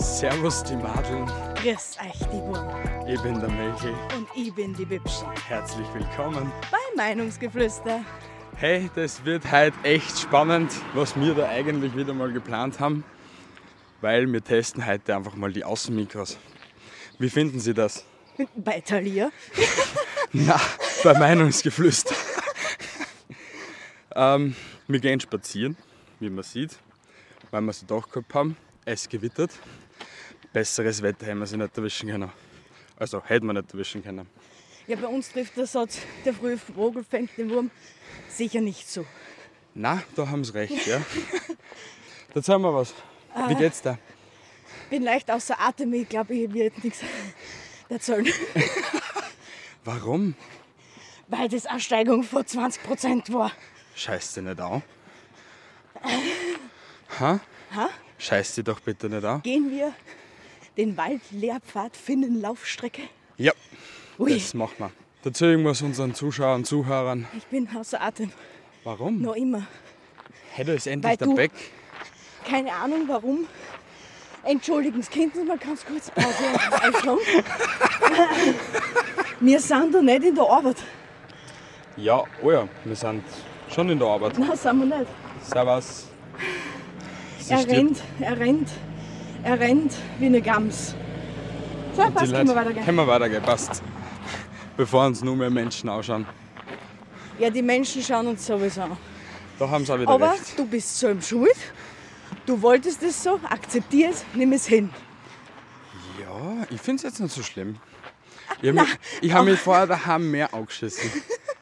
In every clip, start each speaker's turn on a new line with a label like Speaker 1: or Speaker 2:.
Speaker 1: Servus die Madeln,
Speaker 2: Grüß euch, die Wurm.
Speaker 1: ich bin der Melchi.
Speaker 2: Und ich bin die Bibschi.
Speaker 1: Herzlich willkommen.
Speaker 2: Bei Meinungsgeflüster.
Speaker 1: Hey, das wird heute echt spannend, was wir da eigentlich wieder mal geplant haben, weil wir testen heute einfach mal die Außenmikros. Wie finden Sie das?
Speaker 2: Bei Thalia.
Speaker 1: Na, bei Meinungsgeflüster. ähm, wir gehen spazieren, wie man sieht, weil wir es doch gehabt haben. Es gewittert. Besseres Wetter hätten wir sie nicht erwischen können. Also hätten wir nicht erwischen können.
Speaker 2: Ja, bei uns trifft der Satz, der frühe Vogel fängt den Wurm, sicher nicht so.
Speaker 1: Na, da haben sie recht, ja. da sagen wir was.
Speaker 2: Ah.
Speaker 1: Wie geht's da?
Speaker 2: Bin leicht außer Atem, ich glaube, ich wird nichts erzählen.
Speaker 1: Warum?
Speaker 2: Weil das eine Steigung von 20% war.
Speaker 1: Scheiß dich nicht an. Ha?
Speaker 2: Ha?
Speaker 1: Scheiß dich doch bitte nicht an.
Speaker 2: Gehen wir den Waldlehrpfad finden, Laufstrecke.
Speaker 1: Ja,
Speaker 2: Ui,
Speaker 1: das machen wir. Dazu irgendwas unseren Zuschauern, Zuhörern.
Speaker 2: ich bin außer Atem.
Speaker 1: Warum?
Speaker 2: Noch immer.
Speaker 1: Hey, da ist endlich
Speaker 2: Weil
Speaker 1: der
Speaker 2: du-
Speaker 1: Beck.
Speaker 2: Keine Ahnung warum. Entschuldigen Sie, könnten Sie mal ganz kurz Pause einschlagen? Wir sind da nicht in der Arbeit.
Speaker 1: Ja, oh ja, wir sind schon in der Arbeit.
Speaker 2: Nein, sind wir nicht.
Speaker 1: Servus. Sie
Speaker 2: er
Speaker 1: stirbt.
Speaker 2: rennt, er rennt, er rennt wie eine Gams. So,
Speaker 1: Die
Speaker 2: passt, können wir
Speaker 1: Leute-
Speaker 2: weitergehen.
Speaker 1: Können wir weitergehen, passt. Bevor uns nur mehr Menschen ausschauen.
Speaker 2: Ja, die Menschen schauen uns sowieso an.
Speaker 1: Da haben sie auch wieder
Speaker 2: Aber
Speaker 1: recht.
Speaker 2: du bist so im Schuld. Du wolltest es so, akzeptier es, nimm es hin.
Speaker 1: Ja, ich finde es jetzt nicht so schlimm. Ich habe mich, ich hab mich vorher daheim mehr angeschissen,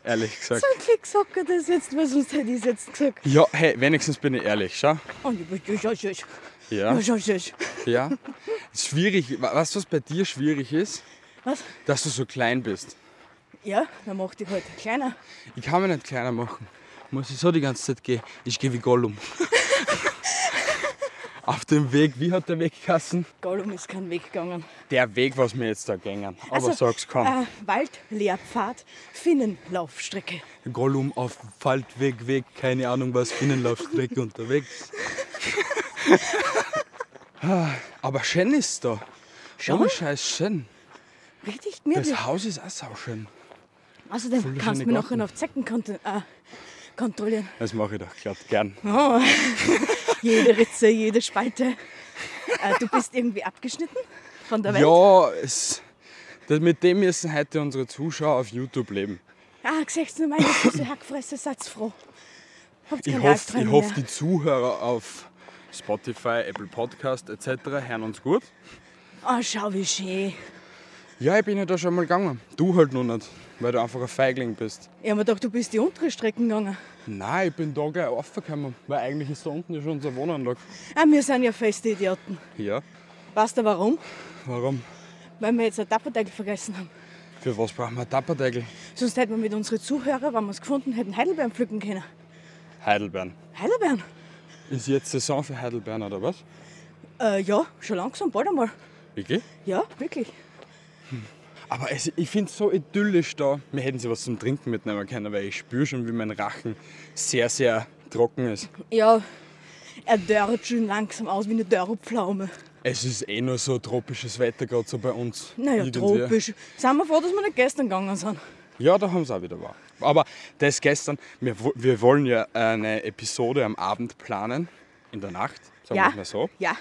Speaker 1: ehrlich gesagt.
Speaker 2: So ein Klicksocker, das jetzt, was uns hätte ich jetzt gesagt.
Speaker 1: Ja, hey, wenigstens bin ich ehrlich, schau.
Speaker 2: Und ich bin, ja, ja, ja,
Speaker 1: Ja,
Speaker 2: ja, ja, ja.
Speaker 1: ja. Schwierig, wa- weißt du, was bei dir schwierig ist?
Speaker 2: Was?
Speaker 1: Dass du so klein bist.
Speaker 2: Ja, dann mach dich halt kleiner.
Speaker 1: Ich kann mich nicht kleiner machen. Muss ich so die ganze Zeit gehen. Ich gehe wie Gollum. Auf dem Weg, wie hat der Weg geheißen?
Speaker 2: Gollum ist kein Weg gegangen.
Speaker 1: Der Weg, was mir jetzt da gängen. Aber sag's komm.
Speaker 2: Äh, Waldlehrpfad, Finnenlaufstrecke.
Speaker 1: Gollum auf Faltweg, Weg, keine Ahnung was, Binnenlaufstrecke unterwegs. Ah, Aber schön ist da.
Speaker 2: Schon?
Speaker 1: Ohne Scheiß schön.
Speaker 2: Richtig gemütlich.
Speaker 1: Das Haus ist auch sauschön. voll
Speaker 2: Außerdem
Speaker 1: der
Speaker 2: kannst
Speaker 1: schöne
Speaker 2: du mich nachher
Speaker 1: Garten.
Speaker 2: noch auf Zecken kontro äh, kontrollieren.
Speaker 1: Das mache ich doch gerade gern.
Speaker 2: Oh. jede Ritze, jede Spalte. Äh, du bist irgendwie abgeschnitten von der Welt.
Speaker 1: Ja, es, das, mit dem müssen heute unsere Zuschauer auf YouTube leben.
Speaker 2: Ah, gesagt, nur meine süße Hackfresse, seid froh. Habt
Speaker 1: Ich
Speaker 2: keine
Speaker 1: hoffe,
Speaker 2: Albträume
Speaker 1: ich hoff,
Speaker 2: mehr.
Speaker 1: die Zuhörer auf Spotify, Apple Podcast etc. hören uns gut.
Speaker 2: Oh, schau, wie schön.
Speaker 1: Ja, ich bin ja da schon mal gegangen. Du halt noch nicht, weil du einfach ein Feigling bist.
Speaker 2: Ich hab mir gedacht, du bist die untere Strecken gegangen.
Speaker 1: Nein, ich bin da gleich aufgekommen, weil eigentlich ist da unten ja schon unser Wohnanlag.
Speaker 2: Ah, wir sind ja feste Idioten.
Speaker 1: Ja,
Speaker 2: Weißt du warum?
Speaker 1: warum?
Speaker 2: Weil wir jetzt einen Tapperdeckel vergessen haben.
Speaker 1: Für was brauchen wir Tapperdeckel?
Speaker 2: Sonst hätten wir mit unseren Zuhörern, wenn wir es gefunden hätten, Heidelbeeren pflücken können.
Speaker 1: Heidelbeeren.
Speaker 2: Heidelbeeren?
Speaker 1: Ist jetzt Saison für Heidelbeeren oder was?
Speaker 2: Äh, ja, schon langsam, bald einmal.
Speaker 1: Wirklich?
Speaker 2: Ja, wirklich.
Speaker 1: Aber es, ich finde es so idyllisch da. Wir hätten sie was zum Trinken mitnehmen können, weil ich spüre schon, wie mein Rachen sehr, sehr trocken ist.
Speaker 2: Ja, er dörrt schon langsam aus wie eine Dörrpflaume.
Speaker 1: Es ist eh nur so tropisches Wetter gerade so bei uns.
Speaker 2: Naja,
Speaker 1: Irgendwie.
Speaker 2: tropisch. Sind wir froh, dass wir nicht gestern gegangen sind.
Speaker 1: Ja, da haben sie auch wieder wahr. Aber das gestern, wir, wo- wir wollen ja eine Episode am Abend planen, in der Nacht, sagen wir es mal so.
Speaker 2: Ja.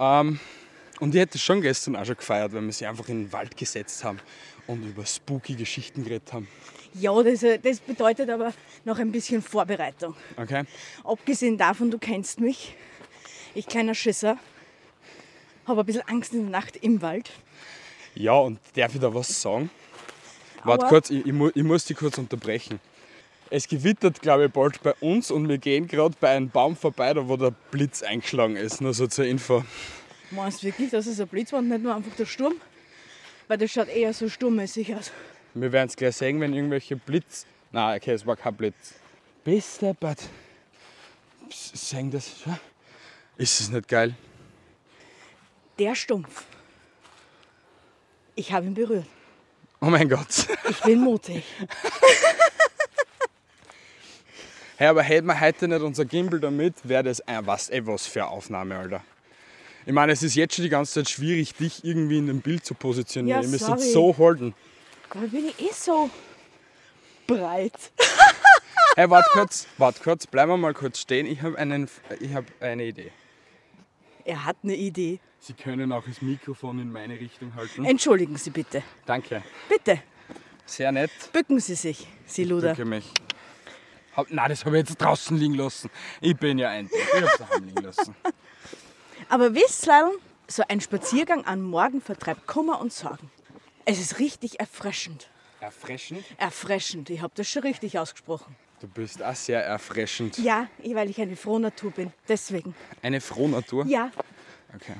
Speaker 1: Und ich hätte es schon gestern auch schon gefeiert, wenn wir sie einfach in den Wald gesetzt haben und über spooky Geschichten geredet haben.
Speaker 2: Ja, das, äh, das bedeutet aber noch ein bisschen Vorbereitung.
Speaker 1: Okay?
Speaker 2: Abgesehen davon, du kennst mich. Ich kleiner Schisser. Habe ein bisschen Angst in der Nacht im Wald.
Speaker 1: Ja, und darf ich da was sagen? Warte
Speaker 2: Aua.
Speaker 1: kurz, ich, ich, mu ich muss dich kurz unterbrechen. Es gewittert, glaube ich, bald bei uns und wir gehen gerade bei einem Baum vorbei, da wo der Blitz eingeschlagen ist. Nur so zur Info.
Speaker 2: Meinst du wirklich, dass es ein Blitz war und nicht nur einfach der Sturm? Weil das schaut eher so sturmmäßig aus.
Speaker 1: Wir werden es gleich sehen, wenn irgendwelche Blitz. Nein, okay, es war kein Blitz. Bist deppert. Sehen das? schau. Ist es nicht geil?
Speaker 2: Der Stumpf. Ich habe ihn berührt.
Speaker 1: Oh mein Gott.
Speaker 2: Ich bin mutig.
Speaker 1: Hey, aber hätten wir heute nicht unser Gimbal damit, wäre das ein was, eh was für eine Aufnahme, Alter. Ich meine, es ist jetzt schon die ganze Zeit schwierig, dich irgendwie in dem Bild zu positionieren.
Speaker 2: Ja,
Speaker 1: Wir müssen
Speaker 2: sorry.
Speaker 1: jetzt so halten.
Speaker 2: Dabei bin ich eh so breit.
Speaker 1: Hey, warte kurz, warte kurz, bleiben wir mal kurz stehen. Ich habe hab eine Idee.
Speaker 2: Er hat eine Idee.
Speaker 1: Sie können auch das Mikrofon in meine Richtung halten.
Speaker 2: Entschuldigen Sie bitte.
Speaker 1: Danke.
Speaker 2: Bitte,
Speaker 1: Sehr nett.
Speaker 2: bücken Sie sich, Sie Luder.
Speaker 1: Danke mich. Hab, nein, das habe ich jetzt draußen liegen lassen. Ich bin ja ein Depp. Ich habe es daheim liegen lassen.
Speaker 2: Aber wisst ihr, so ein Spaziergang am Morgen vertreibt Kummer und Sorgen. Es ist richtig erfrischend.
Speaker 1: Erfrischend?
Speaker 2: Erfrischend, ich habe das schon richtig ausgesprochen.
Speaker 1: Du bist auch sehr erfrischend.
Speaker 2: Ja, ich- weil ich eine frohe Natur bin. Deswegen.
Speaker 1: Eine Frohnatur?
Speaker 2: Ja,
Speaker 1: Okay.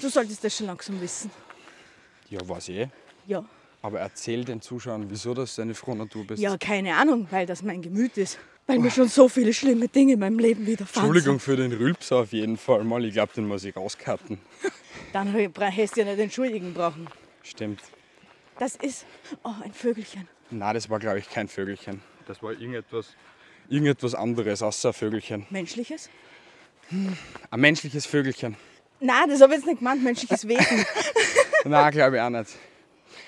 Speaker 2: du solltest das schon langsam wissen.
Speaker 1: Ja, weiß ich. eh.
Speaker 2: Ja.
Speaker 1: Aber erzähl den Zuschauern, wieso dass du eine Frohnatur bist.
Speaker 2: Ja, keine Ahnung, weil das mein Gemüt ist. Weil mir schon so viele schlimme Dinge in meinem Leben widerfahren.
Speaker 1: Entschuldigung für den Rülpser auf jeden Fall mal. Ich glaube, den muss ich rauscutten.
Speaker 2: sind. Dann bra- hättest du ja nicht entschuldigen brauchen.
Speaker 1: Stimmt.
Speaker 2: Das ist. Oh, ein Vögelchen.
Speaker 1: Na, das war, glaube ich, kein Vögelchen. Das war irgendetwas. Irgendetwas anderes, außer ein Vögelchen.
Speaker 2: Menschliches?
Speaker 1: Ein menschliches Vögelchen.
Speaker 2: Nein, das habe ich jetzt nicht gemeint, menschliches Wesen.
Speaker 1: Na, glaube ich auch nicht.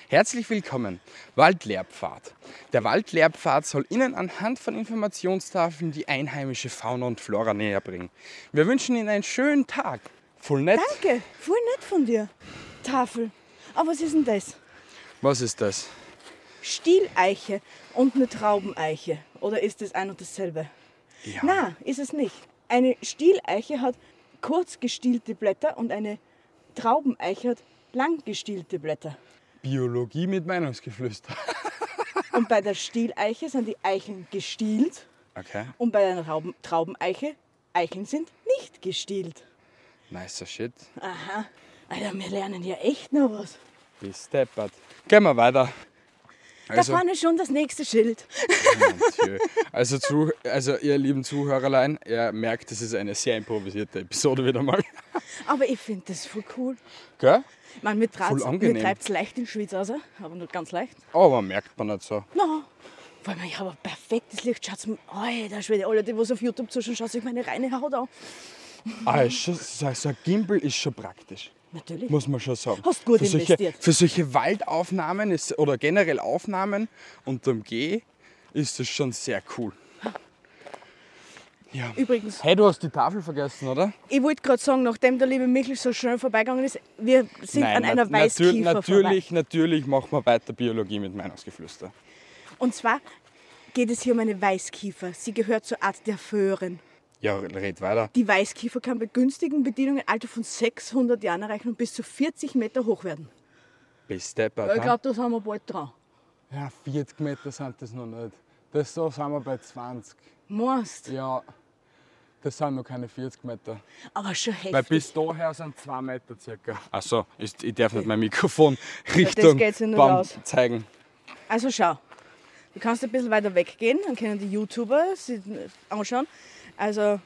Speaker 1: Herzlich willkommen, Waldlehrpfad. Der Waldlehrpfad soll Ihnen anhand von Informationstafeln die einheimische Fauna und Flora näher bringen. Wir wünschen Ihnen einen schönen Tag. Voll nett.
Speaker 2: Danke, voll nett von dir. Tafel. Aber was ist denn das?
Speaker 1: Was ist das?
Speaker 2: Stieleiche und eine Traubeneiche. Oder ist das ein und dasselbe?
Speaker 1: Ja.
Speaker 2: Na, ist es nicht. Eine Stieleiche hat kurz gestielte Blätter und eine Traubeneiche hat lang gestielte Blätter.
Speaker 1: Biologie mit Meinungsgeflüster.
Speaker 2: Und bei der Stieleiche sind die Eicheln gestielt
Speaker 1: Okay.
Speaker 2: und bei der Trauben Traubeneiche Eicheln sind nicht gestielt.
Speaker 1: Nicer Shit.
Speaker 2: Aha. Alter, wir lernen ja echt noch was.
Speaker 1: Bis deppert. Gehen wir weiter. Also,
Speaker 2: da vorne ist schon das nächste Schild.
Speaker 1: Tschö. Also, zu, also ihr lieben Zuhörerlein, ihr merkt, das ist eine sehr improvisierte Episode wieder mal.
Speaker 2: Aber ich finde das voll cool.
Speaker 1: Gell?
Speaker 2: Man, mir
Speaker 1: Voll angenehm.
Speaker 2: treibt es leicht in den Schweiz raus, aber nicht ganz leicht.
Speaker 1: Oh, Aber merkt man nicht so.
Speaker 2: Na, no. weil ich habe ein perfektes Licht. Schaut's mir, alter Schwede, alle, die was auf YouTube zuschauen, schaut sich meine reine Haut an.
Speaker 1: Ah, ist schon, so, so ein Gimbal ist schon praktisch.
Speaker 2: Natürlich.
Speaker 1: Muss man schon sagen.
Speaker 2: Hast gut
Speaker 1: für solche,
Speaker 2: investiert.
Speaker 1: Für solche Waldaufnahmen ist, oder generell Aufnahmen unterm G ist das schon sehr cool. Ja.
Speaker 2: Übrigens,
Speaker 1: Hey, du hast die Tafel vergessen, oder?
Speaker 2: ich wollte gerade sagen, nachdem der liebe Michel so schnell vorbeigegangen ist, wir sind an
Speaker 1: nat-
Speaker 2: einer
Speaker 1: natür-
Speaker 2: Weißkiefer
Speaker 1: Natürlich, natürlich machen wir weiter Biologie mit Meinungsgeflüster.
Speaker 2: vorbei. Und zwar geht es hier um eine Weißkiefer. Sie gehört zur Art der Föhren.
Speaker 1: Ja, red weiter.
Speaker 2: Die Weißkiefer kann bei günstigen Bedienungen ein Alter von 600 Jahren erreichen und bis zu 40 Meter hoch werden.
Speaker 1: Bis deppert.
Speaker 2: Ich
Speaker 1: ha?
Speaker 2: glaube, da sind wir bald dran.
Speaker 1: Ja, 40 Meter sind das noch nicht. Das da sind wir bei 20.
Speaker 2: Meinst?
Speaker 1: Ja, das sind noch keine 40 Meter.
Speaker 2: Aber schon
Speaker 1: Weil
Speaker 2: heftig.
Speaker 1: bis daher sind 2 Meter circa. Achso, ich, ich darf nicht mein Mikrofon Richtung
Speaker 2: geht's ja nur
Speaker 1: Baum
Speaker 2: raus.
Speaker 1: zeigen.
Speaker 2: Also schau, du kannst ein bisschen weiter weggehen, dann können die YouTuber sie anschauen. Also,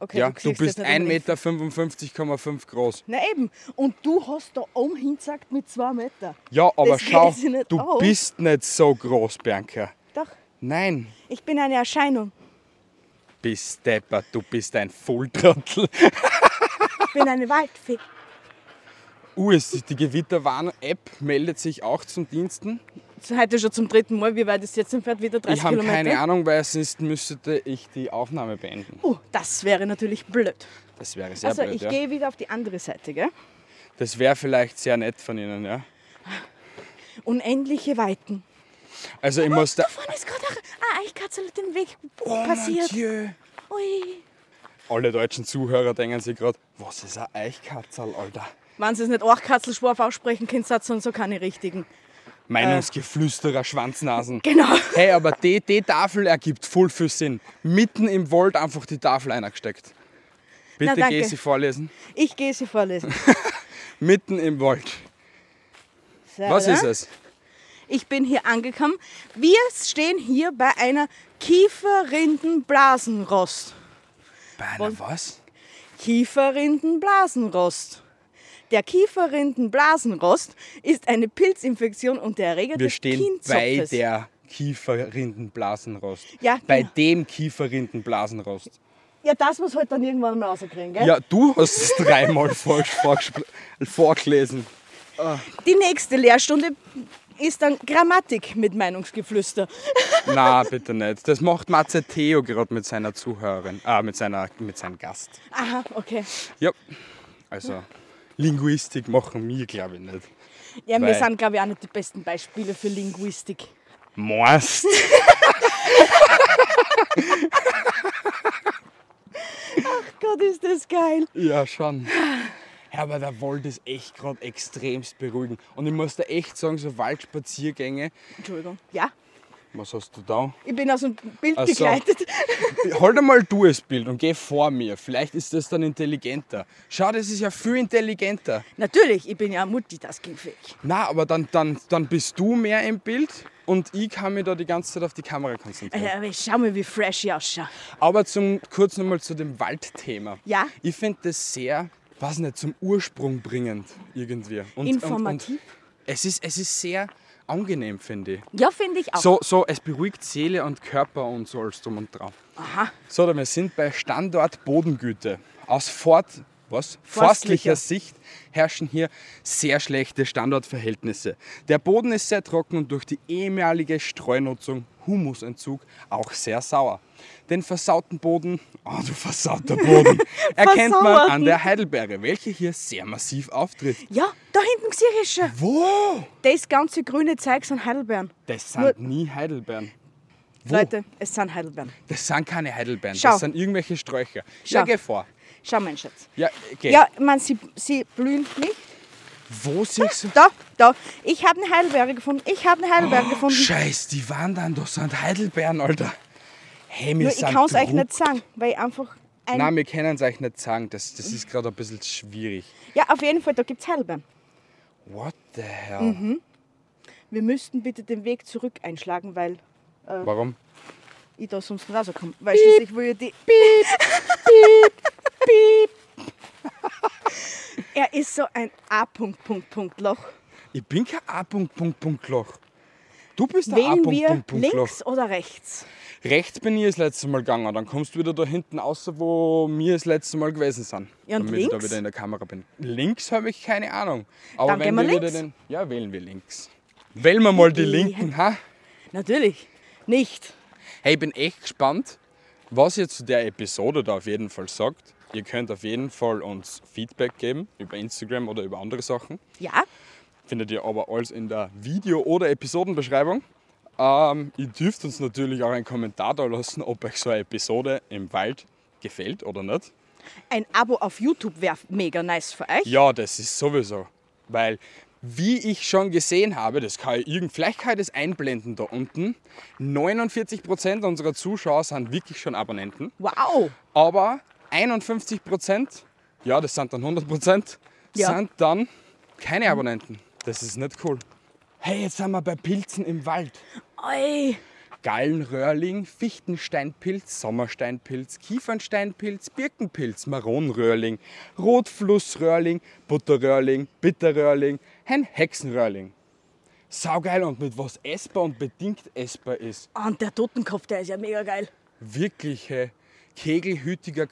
Speaker 2: okay,
Speaker 1: Ja, du
Speaker 2: kriegst
Speaker 1: bist
Speaker 2: jetzt nicht unbedingt-
Speaker 1: 1,55,5 Meter groß.
Speaker 2: Na eben, und du hast da oben gesagt mit zwei Meter.
Speaker 1: Ja, aber
Speaker 2: geht
Speaker 1: schau,
Speaker 2: sich nicht
Speaker 1: du
Speaker 2: aus.
Speaker 1: bist nicht so groß, Bianca.
Speaker 2: Doch,
Speaker 1: Nein.
Speaker 2: ich bin eine Erscheinung.
Speaker 1: Bist deppert, du bist ein Volltrottel.
Speaker 2: Ich bin eine Waldfee.
Speaker 1: US, Uh, die Gewitterwarn-App meldet sich auch zum Diensten.
Speaker 2: Das ist heute schon zum dritten Mal, wie weit ist jetzt entfernt? Wieder 30
Speaker 1: Ich habe
Speaker 2: Kilometer?
Speaker 1: keine Ahnung, weil sonst müsste ich die Aufnahme beenden.
Speaker 2: Oh, das wäre natürlich blöd.
Speaker 1: Das wäre sehr
Speaker 2: Also,
Speaker 1: blöd,
Speaker 2: ich
Speaker 1: ja.
Speaker 2: gehe wieder auf die andere Seite, gell?
Speaker 1: Das wäre vielleicht sehr nett von Ihnen, ja.
Speaker 2: Unendliche Weiten.
Speaker 1: Also ich muss da...
Speaker 2: Da vorne ist gerade eine Eichkatzel den Weg
Speaker 1: Oh,
Speaker 2: passiert.
Speaker 1: Mon Dieu.
Speaker 2: Ui.
Speaker 1: Alle deutschen Zuhörer denken sich gerade, was ist ein Eichkatzerl, Alter?
Speaker 2: Wenn sie es nicht Orchkatzel scharf aussprechen können, sind sonst so keine richtigen.
Speaker 1: Meinungsgeflüsterer, Schwanznasen.
Speaker 2: Genau.
Speaker 1: Hey, aber die, die Tafel ergibt voll viel Sinn. Mitten im Wald einfach die Tafel eingesteckt. Bitte
Speaker 2: Na, danke.
Speaker 1: geh sie vorlesen.
Speaker 2: Ich gehe sie vorlesen.
Speaker 1: Mitten im Wald.
Speaker 2: So,
Speaker 1: Was
Speaker 2: oder?
Speaker 1: ist es?
Speaker 2: Ich bin hier angekommen. Wir stehen hier bei einer Kieferrindenblasenrost.
Speaker 1: Bei einer was?
Speaker 2: Kieferrindenblasenrost. Der Kieferrindenblasenrost ist eine Pilzinfektion und der Erreger
Speaker 1: Wir
Speaker 2: des
Speaker 1: stehen bei
Speaker 2: Kienzopfes.
Speaker 1: der Kieferrindenblasenrost.
Speaker 2: Ja,
Speaker 1: bei
Speaker 2: genau.
Speaker 1: dem Kieferrindenblasenrost.
Speaker 2: Ja, das muss halt dann irgendwann mal rauskriegen, gell?
Speaker 1: Ja, du hast es dreimal falsch vorgespl- vorgelesen.
Speaker 2: Die nächste Lehrstunde ist dann Grammatik mit Meinungsgeflüster.
Speaker 1: Na, bitte nicht. Das macht Matze Theo gerade mit seiner Zuhörerin, äh, mit, seiner, mit seinem Gast.
Speaker 2: Aha, okay.
Speaker 1: Ja, also Linguistik machen wir, glaube ich, nicht.
Speaker 2: Ja,
Speaker 1: Weil-
Speaker 2: wir sind, glaube ich, auch nicht die besten Beispiele für Linguistik.
Speaker 1: Morst.
Speaker 2: Gott, ist das geil.
Speaker 1: Ja, schon. Ja, aber der Wald ist echt gerade extremst beruhigend. Und ich muss da echt sagen, so Waldspaziergänge.
Speaker 2: Entschuldigung. Ja,
Speaker 1: Was hast du da?
Speaker 2: ich bin aus dem Bild
Speaker 1: Ach so.
Speaker 2: begleitet.
Speaker 1: Halt einmal du das Bild und geh vor mir. Vielleicht ist das dann intelligenter. Schau, das ist ja viel intelligenter.
Speaker 2: Natürlich, ich bin ja multitaskingfähig.
Speaker 1: Na, aber dann, dann, dann bist du mehr im Bild und ich kann mich da die ganze Zeit auf die Kamera konzentrieren.
Speaker 2: Ja, Äh, Aber ich schau mal, wie fresh ich ausschaue.
Speaker 1: Aber zum, kurz nochmal zu dem Waldthema.
Speaker 2: Ja.
Speaker 1: Ich finde das sehr, weiß nicht, zum Ursprung bringend irgendwie. Und,
Speaker 2: Informativ.
Speaker 1: Und, und es, ist, es ist sehr angenehm, finde ich.
Speaker 2: Ja, finde ich auch.
Speaker 1: So, so, es beruhigt Seele und Körper und so alles drum und drauf.
Speaker 2: Aha.
Speaker 1: So, dann wir sind bei Standort Bodengüte. Aus Fort, was?
Speaker 2: Forstlicher.
Speaker 1: forstlicher Sicht herrschen hier sehr schlechte Standortverhältnisse. Der Boden ist sehr trocken und durch die ehemalige Streunutzung Humusentzug auch sehr sauer. Den versauten Boden, oh du versauter Boden, erkennt man an
Speaker 2: Versauerten.
Speaker 1: der Heidelbeere, welche hier sehr massiv auftritt.
Speaker 2: Ja, da hinten sehe ich schon.
Speaker 1: Wo?
Speaker 2: Das ganze grüne Zeug sind Heidelbeeren.
Speaker 1: Das sind nie Heidelbeeren. Wo?
Speaker 2: Leute, es sind Heidelbeeren.
Speaker 1: Das sind keine Heidelbeeren,
Speaker 2: Schau.
Speaker 1: das sind irgendwelche Sträucher.
Speaker 2: Schau.
Speaker 1: Schau, geh vor.
Speaker 2: Schau mal, Schatz.
Speaker 1: Ja, geh.
Speaker 2: Ja, man, sie, sie blühen nicht.
Speaker 1: Wo siehst du?
Speaker 2: Da, da. Ich habe eine Heidelbeere gefunden. Ich habe eine
Speaker 1: Ah,
Speaker 2: Heidelbeere gefunden.
Speaker 1: Scheiß, die wandern, das sind Heidelbeeren, Alter. Hey, wir
Speaker 2: Nur ich
Speaker 1: sind
Speaker 2: kann es euch
Speaker 1: Druck-
Speaker 2: nicht sagen, weil ich einfach ein.
Speaker 1: Nein, wir können es euch nicht sagen, das, das ist gerade ein bisschen schwierig.
Speaker 2: Ja, auf jeden Fall, da gibt es Heidelbeeren.
Speaker 1: What the hell?
Speaker 2: Mhm. Wir müssten bitte den Weg zurück einschlagen, weil
Speaker 1: Äh. Warum?
Speaker 2: ich da sonst nicht rauskomme. Weil schließlich will ja die. Piep, piep, piep. er ist so ein A-Punkt-Punkt-Punkt-Loch.
Speaker 1: Ich bin kein A-Punkt-Punkt-Punkt-Loch. Du bist ein
Speaker 2: Wählen wir
Speaker 1: A-Punkt-Punkt-Punkt-Loch.
Speaker 2: links oder rechts?
Speaker 1: Rechts bin ich das letzte Mal gegangen, dann kommst du wieder da hinten raus, wo wir das letzte Mal gewesen sind.
Speaker 2: Ja, und
Speaker 1: damit ich da
Speaker 2: links?
Speaker 1: wieder in der Kamera bin. Links habe ich keine Ahnung. Aber
Speaker 2: Dann
Speaker 1: wenn
Speaker 2: gehen wir
Speaker 1: wir
Speaker 2: links.
Speaker 1: wieder den. Ja, wählen wir links. Wählen wir mal die
Speaker 2: Ja.
Speaker 1: Linken, ha?
Speaker 2: Natürlich nicht.
Speaker 1: Hey, ich bin echt gespannt, was ihr zu der Episode da auf jeden Fall sagt. Ihr könnt auf jeden Fall uns Feedback geben über Instagram oder über andere Sachen.
Speaker 2: Ja,
Speaker 1: Findet ihr aber alles in der Video- oder Episodenbeschreibung. Ähm, ihr dürft uns natürlich auch einen Kommentar da lassen, ob euch so eine Episode im Wald gefällt oder nicht.
Speaker 2: ein Abo auf YouTube wäre mega nice für euch.
Speaker 1: Ja, das ist sowieso. Weil, wie ich schon gesehen habe, das kann ich irgend, vielleicht kann ich das einblenden da unten, 49% unserer Zuschauer sind wirklich schon Abonnenten.
Speaker 2: Wow.
Speaker 1: Aber 51 Prozent, ja, das sind dann 100 Prozent,
Speaker 2: Ja.
Speaker 1: sind dann keine Abonnenten. Das ist nicht cool. Hey, jetzt sind wir bei Pilzen im Wald.
Speaker 2: Oi.
Speaker 1: Gallenröhrling, Fichtensteinpilz, Sommersteinpilz, Kiefernsteinpilz, Birkenpilz, Maronenröhrling, Rotflussröhrling, Butterröhrling, Bitterröhrling, ein Hexenröhrling. Saugeil und mit was essbar und bedingt essbar ist.
Speaker 2: Und der Totenkopf, der ist ja mega geil.
Speaker 1: wirkliche kegelhütiger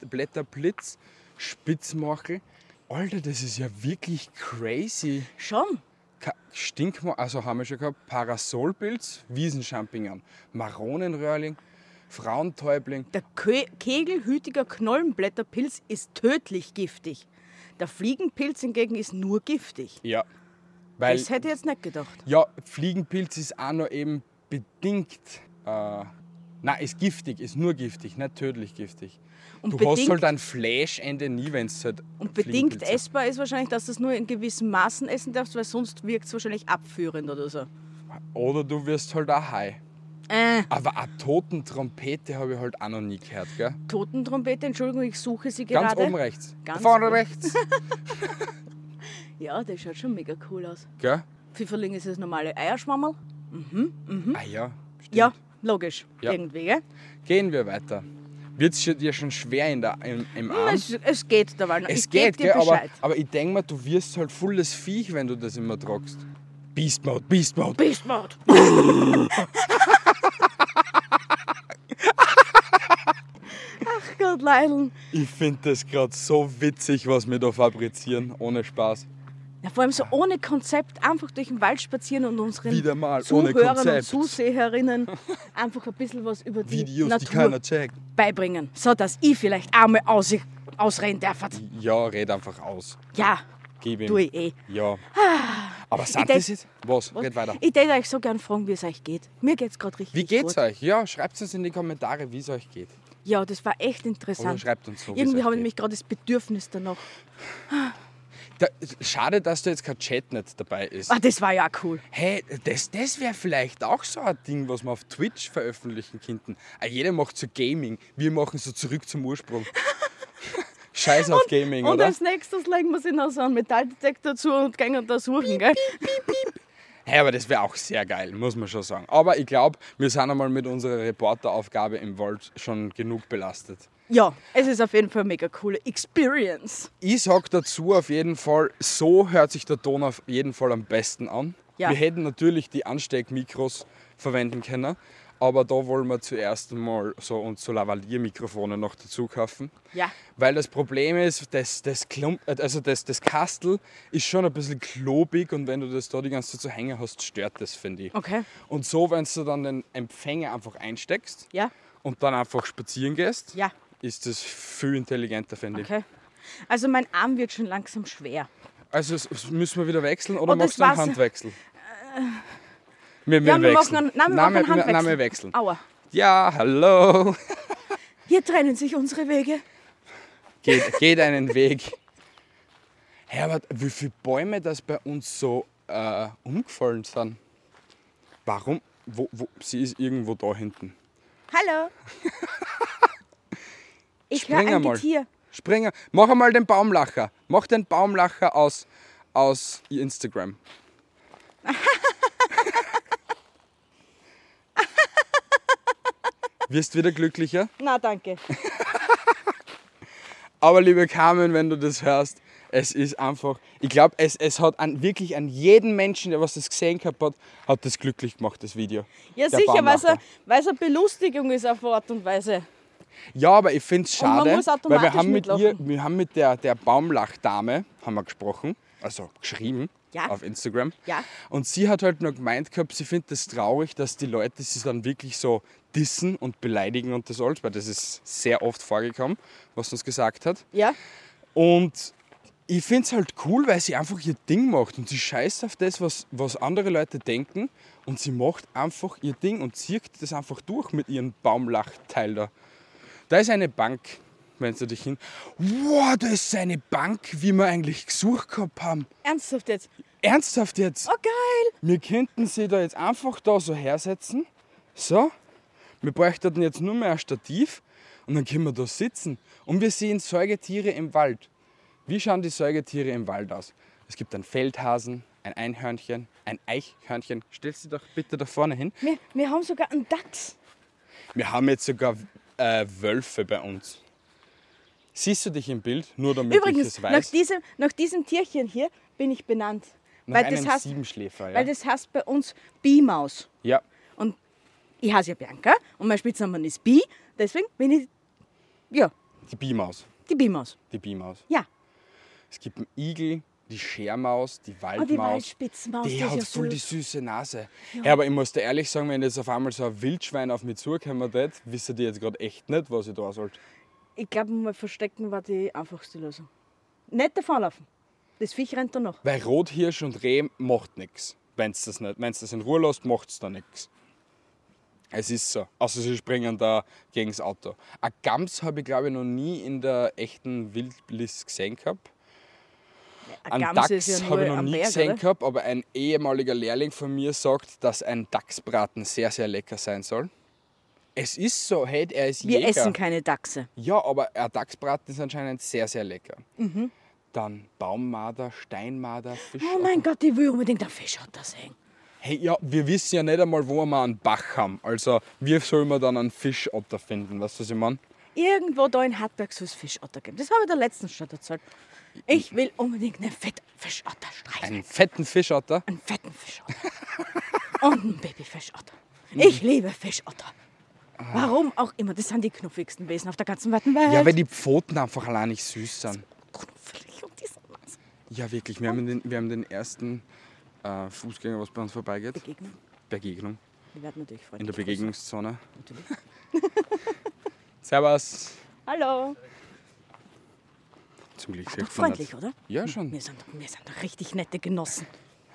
Speaker 1: Knollenblätterblitz, Spitzmachel. Alter, das ist ja wirklich crazy.
Speaker 2: Schon.
Speaker 1: Ka- Stinkmachel, also haben wir schon gehabt, Parasolpilz, Wiesenchampignon, Maronenröhrling, Frauentäubling.
Speaker 2: Der Kö kegelhütiger Knollenblätterpilz ist tödlich giftig. Der Fliegenpilz hingegen ist nur giftig.
Speaker 1: Ja, weil
Speaker 2: das hätte ich jetzt nicht gedacht.
Speaker 1: ja, Fliegenpilz ist auch noch eben bedingt, äh, nein, ist giftig, ist nur giftig, nicht tödlich giftig.
Speaker 2: Und
Speaker 1: du hast
Speaker 2: bedingt-
Speaker 1: halt ein Flash-Ende nie, wenn es halt
Speaker 2: Und bedingt
Speaker 1: Fliegenpilz ist.
Speaker 2: essbar ist wahrscheinlich, dass du es nur in gewissen Maßen essen darfst, weil sonst wirkt es wahrscheinlich abführend oder so.
Speaker 1: Oder du wirst halt auch high.
Speaker 2: Äh,
Speaker 1: Aber eine Totentrompete habe ich halt auch noch nie gehört, gell?
Speaker 2: Totentrompete, Entschuldigung, ich suche sie
Speaker 1: Ganz
Speaker 2: gerade.
Speaker 1: oben rechts.
Speaker 2: Ganz
Speaker 1: Vorne
Speaker 2: oben.
Speaker 1: rechts.
Speaker 2: Ja, das schaut schon mega cool aus.
Speaker 1: gell?
Speaker 2: Pfifferling ist das normale Eierschwammerl.
Speaker 1: Ah ja, stimmt.
Speaker 2: Mhm. Ja, logisch.
Speaker 1: Ja.
Speaker 2: Irgendwie, gell?
Speaker 1: Gehen wir weiter. Wird es dir schon schwer in der, im, im Arm?
Speaker 2: Hm, Es, es geht dabei noch.
Speaker 1: Es
Speaker 2: ich geb
Speaker 1: geht,
Speaker 2: dir
Speaker 1: gell? Aber,
Speaker 2: Bescheid.
Speaker 1: aber ich denke mal, du wirst halt volles Viech, wenn du das immer tragst. Beast Mode, Beast Mode.
Speaker 2: Beast Mode. Ach Leideln.
Speaker 1: Ich finde das gerade so witzig, was wir da fabrizieren, ohne Spaß.
Speaker 2: Ja, vor allem so ohne Konzept, einfach durch den Wald spazieren und unseren
Speaker 1: Wieder mal ohne
Speaker 2: Zuhörern und
Speaker 1: Konzept.
Speaker 2: Zuseherinnen einfach ein bisschen was über die
Speaker 1: Videos, die
Speaker 2: Natur
Speaker 1: keiner checkt.
Speaker 2: beibringen, so dass ich vielleicht einmal aus, ausreden darf.
Speaker 1: Ja, red einfach aus.
Speaker 2: Ja,
Speaker 1: Gib ihm.
Speaker 2: tu ich eh.
Speaker 1: Ja. Aber sind
Speaker 2: denk-
Speaker 1: das jetzt? Was? Red weiter.
Speaker 2: Ich würde euch so gern fragen, wie es euch geht. Mir geht's gerade richtig
Speaker 1: Wie geht's
Speaker 2: gut.
Speaker 1: euch? Ja, schreibt uns in die Kommentare, wie es euch geht.
Speaker 2: Ja, das war echt
Speaker 1: Oder
Speaker 2: interessant.
Speaker 1: schreibt uns so. wie es
Speaker 2: Irgendwie
Speaker 1: euch
Speaker 2: habe ich
Speaker 1: geht.
Speaker 2: nämlich gerade das Bedürfnis danach.
Speaker 1: Da, schade, dass da jetzt kein Chat nicht dabei ist.
Speaker 2: Ah, das war ja cool.
Speaker 1: Hey, das, das wäre vielleicht auch so ein Ding, was wir auf Twitch veröffentlichen könnten. Ah, Jeder macht so Gaming. Wir machen so zurück zum Ursprung. Scheiß auf Gaming,
Speaker 2: und
Speaker 1: oder?
Speaker 2: als nächstes legen wir sich noch so einen Metalldetektor zu und gehen da suchen, gell?
Speaker 1: Hey, aber das wäre auch sehr geil, muss man schon sagen. Aber ich glaube, wir sind einmal mit unserer Reporteraufgabe im Wald schon genug belastet.
Speaker 2: Ja, es ist auf jeden Fall eine mega coole Experience.
Speaker 1: Ich sag dazu auf jeden Fall, so hört sich der Ton auf jeden Fall am besten an.
Speaker 2: Ja.
Speaker 1: Wir hätten natürlich die Ansteckmikros verwenden können, aber da wollen wir zuerst mal so uns so Lavaliermikrofone noch dazu kaufen.
Speaker 2: Ja.
Speaker 1: Weil das Problem ist, das, das, Klump, äh, also das, das Kastel ist schon ein bisschen klobig und wenn du das da die ganze Zeit zu hängen hast, stört das, finde ich.
Speaker 2: Okay.
Speaker 1: Und so, wenn du dann den Empfänger einfach einsteckst
Speaker 2: Ja.
Speaker 1: und dann einfach spazieren gehst,
Speaker 2: Ja.
Speaker 1: ist das viel intelligenter, finde ich.
Speaker 2: Okay. Also mein Arm wird schon langsam schwer.
Speaker 1: Also es- es müssen wir wieder wechseln oder
Speaker 2: Oh,
Speaker 1: machst
Speaker 2: das
Speaker 1: du einen
Speaker 2: war's. Äh,
Speaker 1: Handwechsel? Wir,
Speaker 2: Ja, wir machen
Speaker 1: wechseln.
Speaker 2: einen, nein, wir machen einen Handwechsel.
Speaker 1: Name wechseln.
Speaker 2: Aua.
Speaker 1: Ja, hallo.
Speaker 2: Hier trennen sich unsere Wege.
Speaker 1: Geht, geht einen Weg. Herbert, wie viele Bäume das bei uns so äh, umgefallen sind? Warum? Wo, wo, sie ist irgendwo da hinten.
Speaker 2: Hallo. Ich höre
Speaker 1: Spring
Speaker 2: ein
Speaker 1: einmal.
Speaker 2: Getier.
Speaker 1: Springer, mach einmal den Baumlacher. Mach den Baumlacher aus, aus Instagram. Wirst wieder glücklicher?
Speaker 2: Na, danke.
Speaker 1: Aber liebe Carmen, wenn du das hörst, es ist einfach, ich glaube, es, es hat an, wirklich an jeden Menschen, der was das gesehen gehabt hat, hat das glücklich gemacht, das Video.
Speaker 2: Ja,
Speaker 1: Der
Speaker 2: sicher, weil es
Speaker 1: Baumlacher.
Speaker 2: eine- weil es eine Belustigung ist auf eine Art und Weise.
Speaker 1: Ja, aber ich finde es
Speaker 2: Und man
Speaker 1: schade,
Speaker 2: muss
Speaker 1: weil wir
Speaker 2: automatisch
Speaker 1: haben mit ihr,
Speaker 2: mitlachen.
Speaker 1: wir haben mit der, der Baumlachdame haben wir gesprochen, also geschrieben
Speaker 2: Ja.
Speaker 1: auf Instagram.
Speaker 2: Ja.
Speaker 1: Und sie hat halt nur gemeint gehabt, sie findet es traurig, dass die Leute sie dann wirklich so dissen und beleidigen und das alles, weil das ist sehr oft vorgekommen, was sie uns gesagt hat.
Speaker 2: Ja?
Speaker 1: Und ich finde es halt cool, weil sie einfach ihr Ding macht und sie scheißt auf das, was, was andere Leute denken und sie macht einfach ihr Ding und zieht das einfach durch mit ihrem Baumlachteil da. Da ist eine Bank, wenn du dich hin. Wow, da ist eine Bank, wie wir eigentlich gesucht gehabt haben.
Speaker 2: Ernsthaft jetzt?
Speaker 1: Ernsthaft jetzt?
Speaker 2: Oh, geil.
Speaker 1: Wir könnten sie da jetzt einfach da so hersetzen. So. Wir bräuchten jetzt nur mehr ein Stativ und dann können wir da sitzen. Und wir sehen Säugetiere im Wald. Wie schauen die Säugetiere im Wald aus? Es gibt einen Feldhasen, ein Einhörnchen, ein Eichhörnchen. Stell sie doch bitte da vorne hin.
Speaker 2: Wir, wir haben sogar einen Dachs.
Speaker 1: Wir haben jetzt sogar äh, Wölfe bei uns. Siehst du dich im Bild? Nur damit ich
Speaker 2: Übrigens,
Speaker 1: es
Speaker 2: nach
Speaker 1: weiß.
Speaker 2: diesem, nach diesem Tierchen hier bin ich benannt.
Speaker 1: Nach
Speaker 2: weil,
Speaker 1: einem
Speaker 2: das heißt,
Speaker 1: Siebenschläfer. Ja.
Speaker 2: weil das heißt bei uns Bimaus.
Speaker 1: ja.
Speaker 2: Und ich heiße ja Bianca und mein Spitzname ist Bi. Deswegen bin ich, ja,
Speaker 1: Die Bimaus.
Speaker 2: die Bimaus.
Speaker 1: Die Bimaus.
Speaker 2: Ja.
Speaker 1: Es gibt einen Igel, die Schermaus, die
Speaker 2: Und Ah, die
Speaker 1: Waldmaus.
Speaker 2: Waldspitzmaus,
Speaker 1: die
Speaker 2: ist
Speaker 1: hat
Speaker 2: ja
Speaker 1: voll die
Speaker 2: süß.
Speaker 1: süße Nase. Ja. aber ich muss dir ehrlich sagen, wenn jetzt auf einmal so ein Wildschwein auf mich zukommen tät, wisst ihr jetzt gerade echt nicht, was ich da sollte.
Speaker 2: Ich glaube, mal verstecken war die einfachste Lösung. Nicht davonlaufen. Das Viech rennt da noch.
Speaker 1: Weil Rothirsch und Reh macht nichts. Wenn es das, nicht- wenn's das in Ruhe lässt, macht es da nichts. Es ist so. Also sie springen da gegen das Auto. Ein Gams habe ich glaube ich noch nie in der echten Wildlis gesehen gehabt.
Speaker 2: Ein
Speaker 1: Ein
Speaker 2: Gams
Speaker 1: Dachs
Speaker 2: ist ja nur
Speaker 1: habe ich noch
Speaker 2: am
Speaker 1: nie
Speaker 2: Berg,
Speaker 1: gesehen
Speaker 2: oder?
Speaker 1: gehabt, aber ein ehemaliger Lehrling von mir sagt, dass ein Dachsbraten sehr, sehr lecker sein soll. Es ist so, hey, er ist
Speaker 2: Wir
Speaker 1: Jäger.
Speaker 2: essen keine Dachse.
Speaker 1: Ja, aber ein Dachsbraten ist anscheinend sehr, sehr lecker. Dann Baummarder, Steinmarder, Fischotter.
Speaker 2: Oh mein Gott, ich will unbedingt einen Fischotter sehen.
Speaker 1: Hey, ja, wir wissen ja nicht einmal, wo wir einen Bach haben. Also, wie soll man dann einen Fischotter finden? Weißt du, was ich meine?
Speaker 2: Irgendwo da in Hartberg soll es Fischotter geben. Das habe ich der letzten schon erzählt. Ich will unbedingt einen fetten Fischotter streicheln.
Speaker 1: Einen fetten Fischotter?
Speaker 2: Einen fetten Fischotter. Und einen Babyfischotter. Ich liebe Fischotter. Warum auch immer, das sind die knuffigsten Wesen auf der ganzen weiten Welt.
Speaker 1: Ja, weil die Pfoten einfach allein nicht süß sind.
Speaker 2: Knuffelig und die sind nass.
Speaker 1: Ja, wirklich. Wir haben den, wir haben den ersten äh, Fußgänger, was bei uns vorbeigeht.
Speaker 2: Begegnung.
Speaker 1: Begegnung.
Speaker 2: Wir werden natürlich
Speaker 1: In
Speaker 2: freundlich.
Speaker 1: der Begegnungszone.
Speaker 2: grüßen, natürlich.
Speaker 1: Servus.
Speaker 2: Hallo.
Speaker 1: Zum Glück
Speaker 2: Doch
Speaker 1: sieht man
Speaker 2: freundlich,
Speaker 1: nicht.
Speaker 2: oder?
Speaker 1: Ja, schon.
Speaker 2: Wir sind, doch, wir sind doch richtig nette Genossen.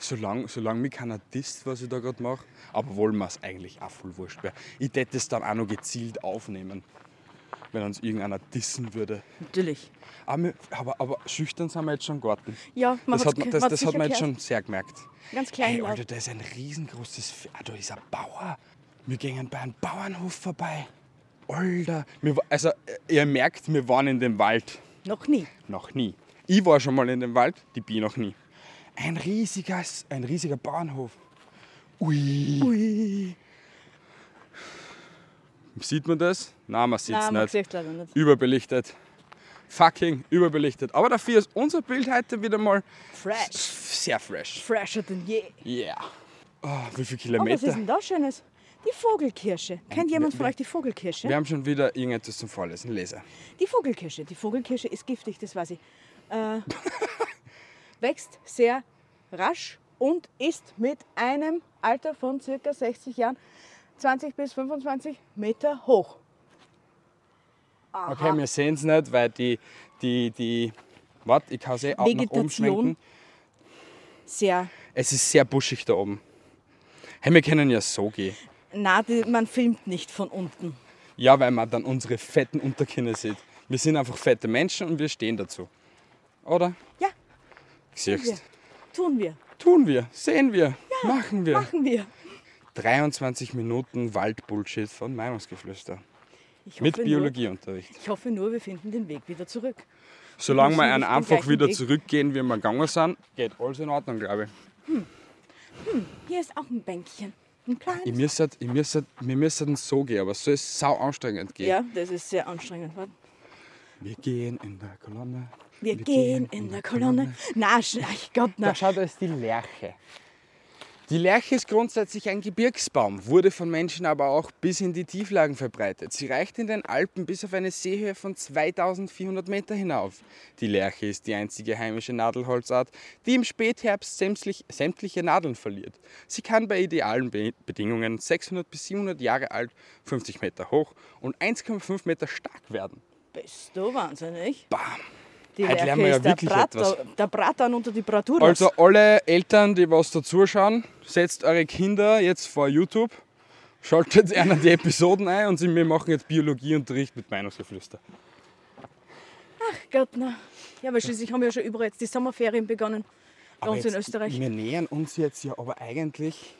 Speaker 1: Solange, solange mich keiner disst, was ich da gerade mache. Aber wollen wir es eigentlich auch voll wurscht wäre. Ich hätte es dann auch noch gezielt aufnehmen, wenn uns irgendeiner dissen würde.
Speaker 2: Natürlich.
Speaker 1: Aber, wir- aber, aber schüchtern sind wir jetzt schon Garten.
Speaker 2: Ja, man
Speaker 1: das
Speaker 2: hat's
Speaker 1: hat,
Speaker 2: ge-
Speaker 1: man- das,
Speaker 2: man
Speaker 1: das
Speaker 2: hat's
Speaker 1: hat man
Speaker 2: sicher
Speaker 1: jetzt schon sehr gemerkt.
Speaker 2: Ganz klein
Speaker 1: Hey,
Speaker 2: laut.
Speaker 1: Alter, da ist ein riesengroßes Fe- Ah, da ist ein Bauer. Wir gingen bei einem Bauernhof vorbei. Alter. Wir, wa- also, äh, ihr merkt, wir waren in dem Wald.
Speaker 2: Noch nie.
Speaker 1: Noch nie. Ich war schon mal in dem Wald, die Bi noch nie. Ein riesiges, ein riesiger Bauernhof. Ui. Ui. Sieht man das? Nein, man sieht es
Speaker 2: Nein, man
Speaker 1: nicht.
Speaker 2: sieht leider nicht.
Speaker 1: Überbelichtet. Fucking überbelichtet. Aber dafür ist unser Bild heute wieder mal
Speaker 2: Fresh.
Speaker 1: sehr fresh.
Speaker 2: Fresher denn je.
Speaker 1: Yeah. Oh, wie viele
Speaker 2: Oh, was ist
Speaker 1: Kilometer?
Speaker 2: denn da Schönes? Die Vogelkirsche. Kennt jemand von euch die Vogelkirsche?
Speaker 1: Wir haben schon wieder irgendetwas zum Vorlesen. Leser.
Speaker 2: Die Vogelkirsche. Die Vogelkirsche ist giftig, das weiß ich. Äh, wächst sehr rasch und ist mit einem Alter von ca. 60 Jahren 20 bis 25 Meter hoch.
Speaker 1: Okay, wir sehen es nicht, weil die, die, die, warte, ich kann es eh auch noch
Speaker 2: Vegetation.
Speaker 1: umschwenken.
Speaker 2: Sehr.
Speaker 1: Es ist sehr buschig da oben. Hey, wir können ja so gehen.
Speaker 2: Na, die, man filmt nicht von unten.
Speaker 1: Ja, weil man dann unsere fetten Unterkinder sieht. Wir sind einfach fette Menschen und wir stehen dazu. Oder?
Speaker 2: Ja, wir.
Speaker 1: Siehst
Speaker 2: tun wir.
Speaker 1: Tun wir, sehen wir, machen wir.
Speaker 2: Machen wir.
Speaker 1: 23 Minuten Waldbullshit von Meinungsgeflüster.
Speaker 2: Ich
Speaker 1: Mit
Speaker 2: hoffe
Speaker 1: Biologieunterricht.
Speaker 2: Nur, ich hoffe nur, wir finden den Weg wieder zurück.
Speaker 1: Solange
Speaker 2: müssen
Speaker 1: wir einen
Speaker 2: nicht den
Speaker 1: einfach
Speaker 2: gleichen
Speaker 1: wieder
Speaker 2: Weg.
Speaker 1: zurückgehen, wie wir gegangen sind, geht alles in Ordnung, glaube ich.
Speaker 2: Hier ist auch ein Bänkchen. Ein
Speaker 1: Ich
Speaker 2: kleines.
Speaker 1: müsstet, ich müsstet, wir müssten so gehen, aber so ist sau anstrengend gehen.
Speaker 2: Ja, das ist sehr anstrengend. Warte.
Speaker 1: Wir gehen in der Kolonne.
Speaker 2: Wir gehen in der Kolonne. Na, sch- ach Gott, na.
Speaker 1: Da schaut euch die Lerche. Die Lerche ist grundsätzlich ein Gebirgsbaum, wurde von Menschen aber auch bis in die Tieflagen verbreitet. Sie reicht in den Alpen bis auf eine Seehöhe von 2400 Meter hinauf. Die Lerche ist die einzige heimische Nadelholzart, die im Spätherbst sämtlich, sämtliche Nadeln verliert. Sie kann bei idealen Be Bedingungen 600 bis 700 Jahre alt, 50 Meter hoch und 1,5 Meter stark werden.
Speaker 2: Bist du wahnsinnig?
Speaker 1: Bam!
Speaker 2: Die
Speaker 1: Heute lernen wir ja wirklich
Speaker 2: der Brat,
Speaker 1: etwas.
Speaker 2: Der Bratan unter die Bratur.
Speaker 1: Also alle Eltern, die was dazuschauen, setzt eure Kinder jetzt vor YouTube, schaltet einer die Episoden ein und sie- wir machen jetzt Biologieunterricht mit Meinungsgeflüster.
Speaker 2: Ach Gott, na. Ja, weil schließlich haben wir ja schon überall jetzt die Sommerferien begonnen. Bei
Speaker 1: Aber
Speaker 2: uns in
Speaker 1: jetzt-
Speaker 2: Österreich.
Speaker 1: Wir nähern uns jetzt ja aber eigentlich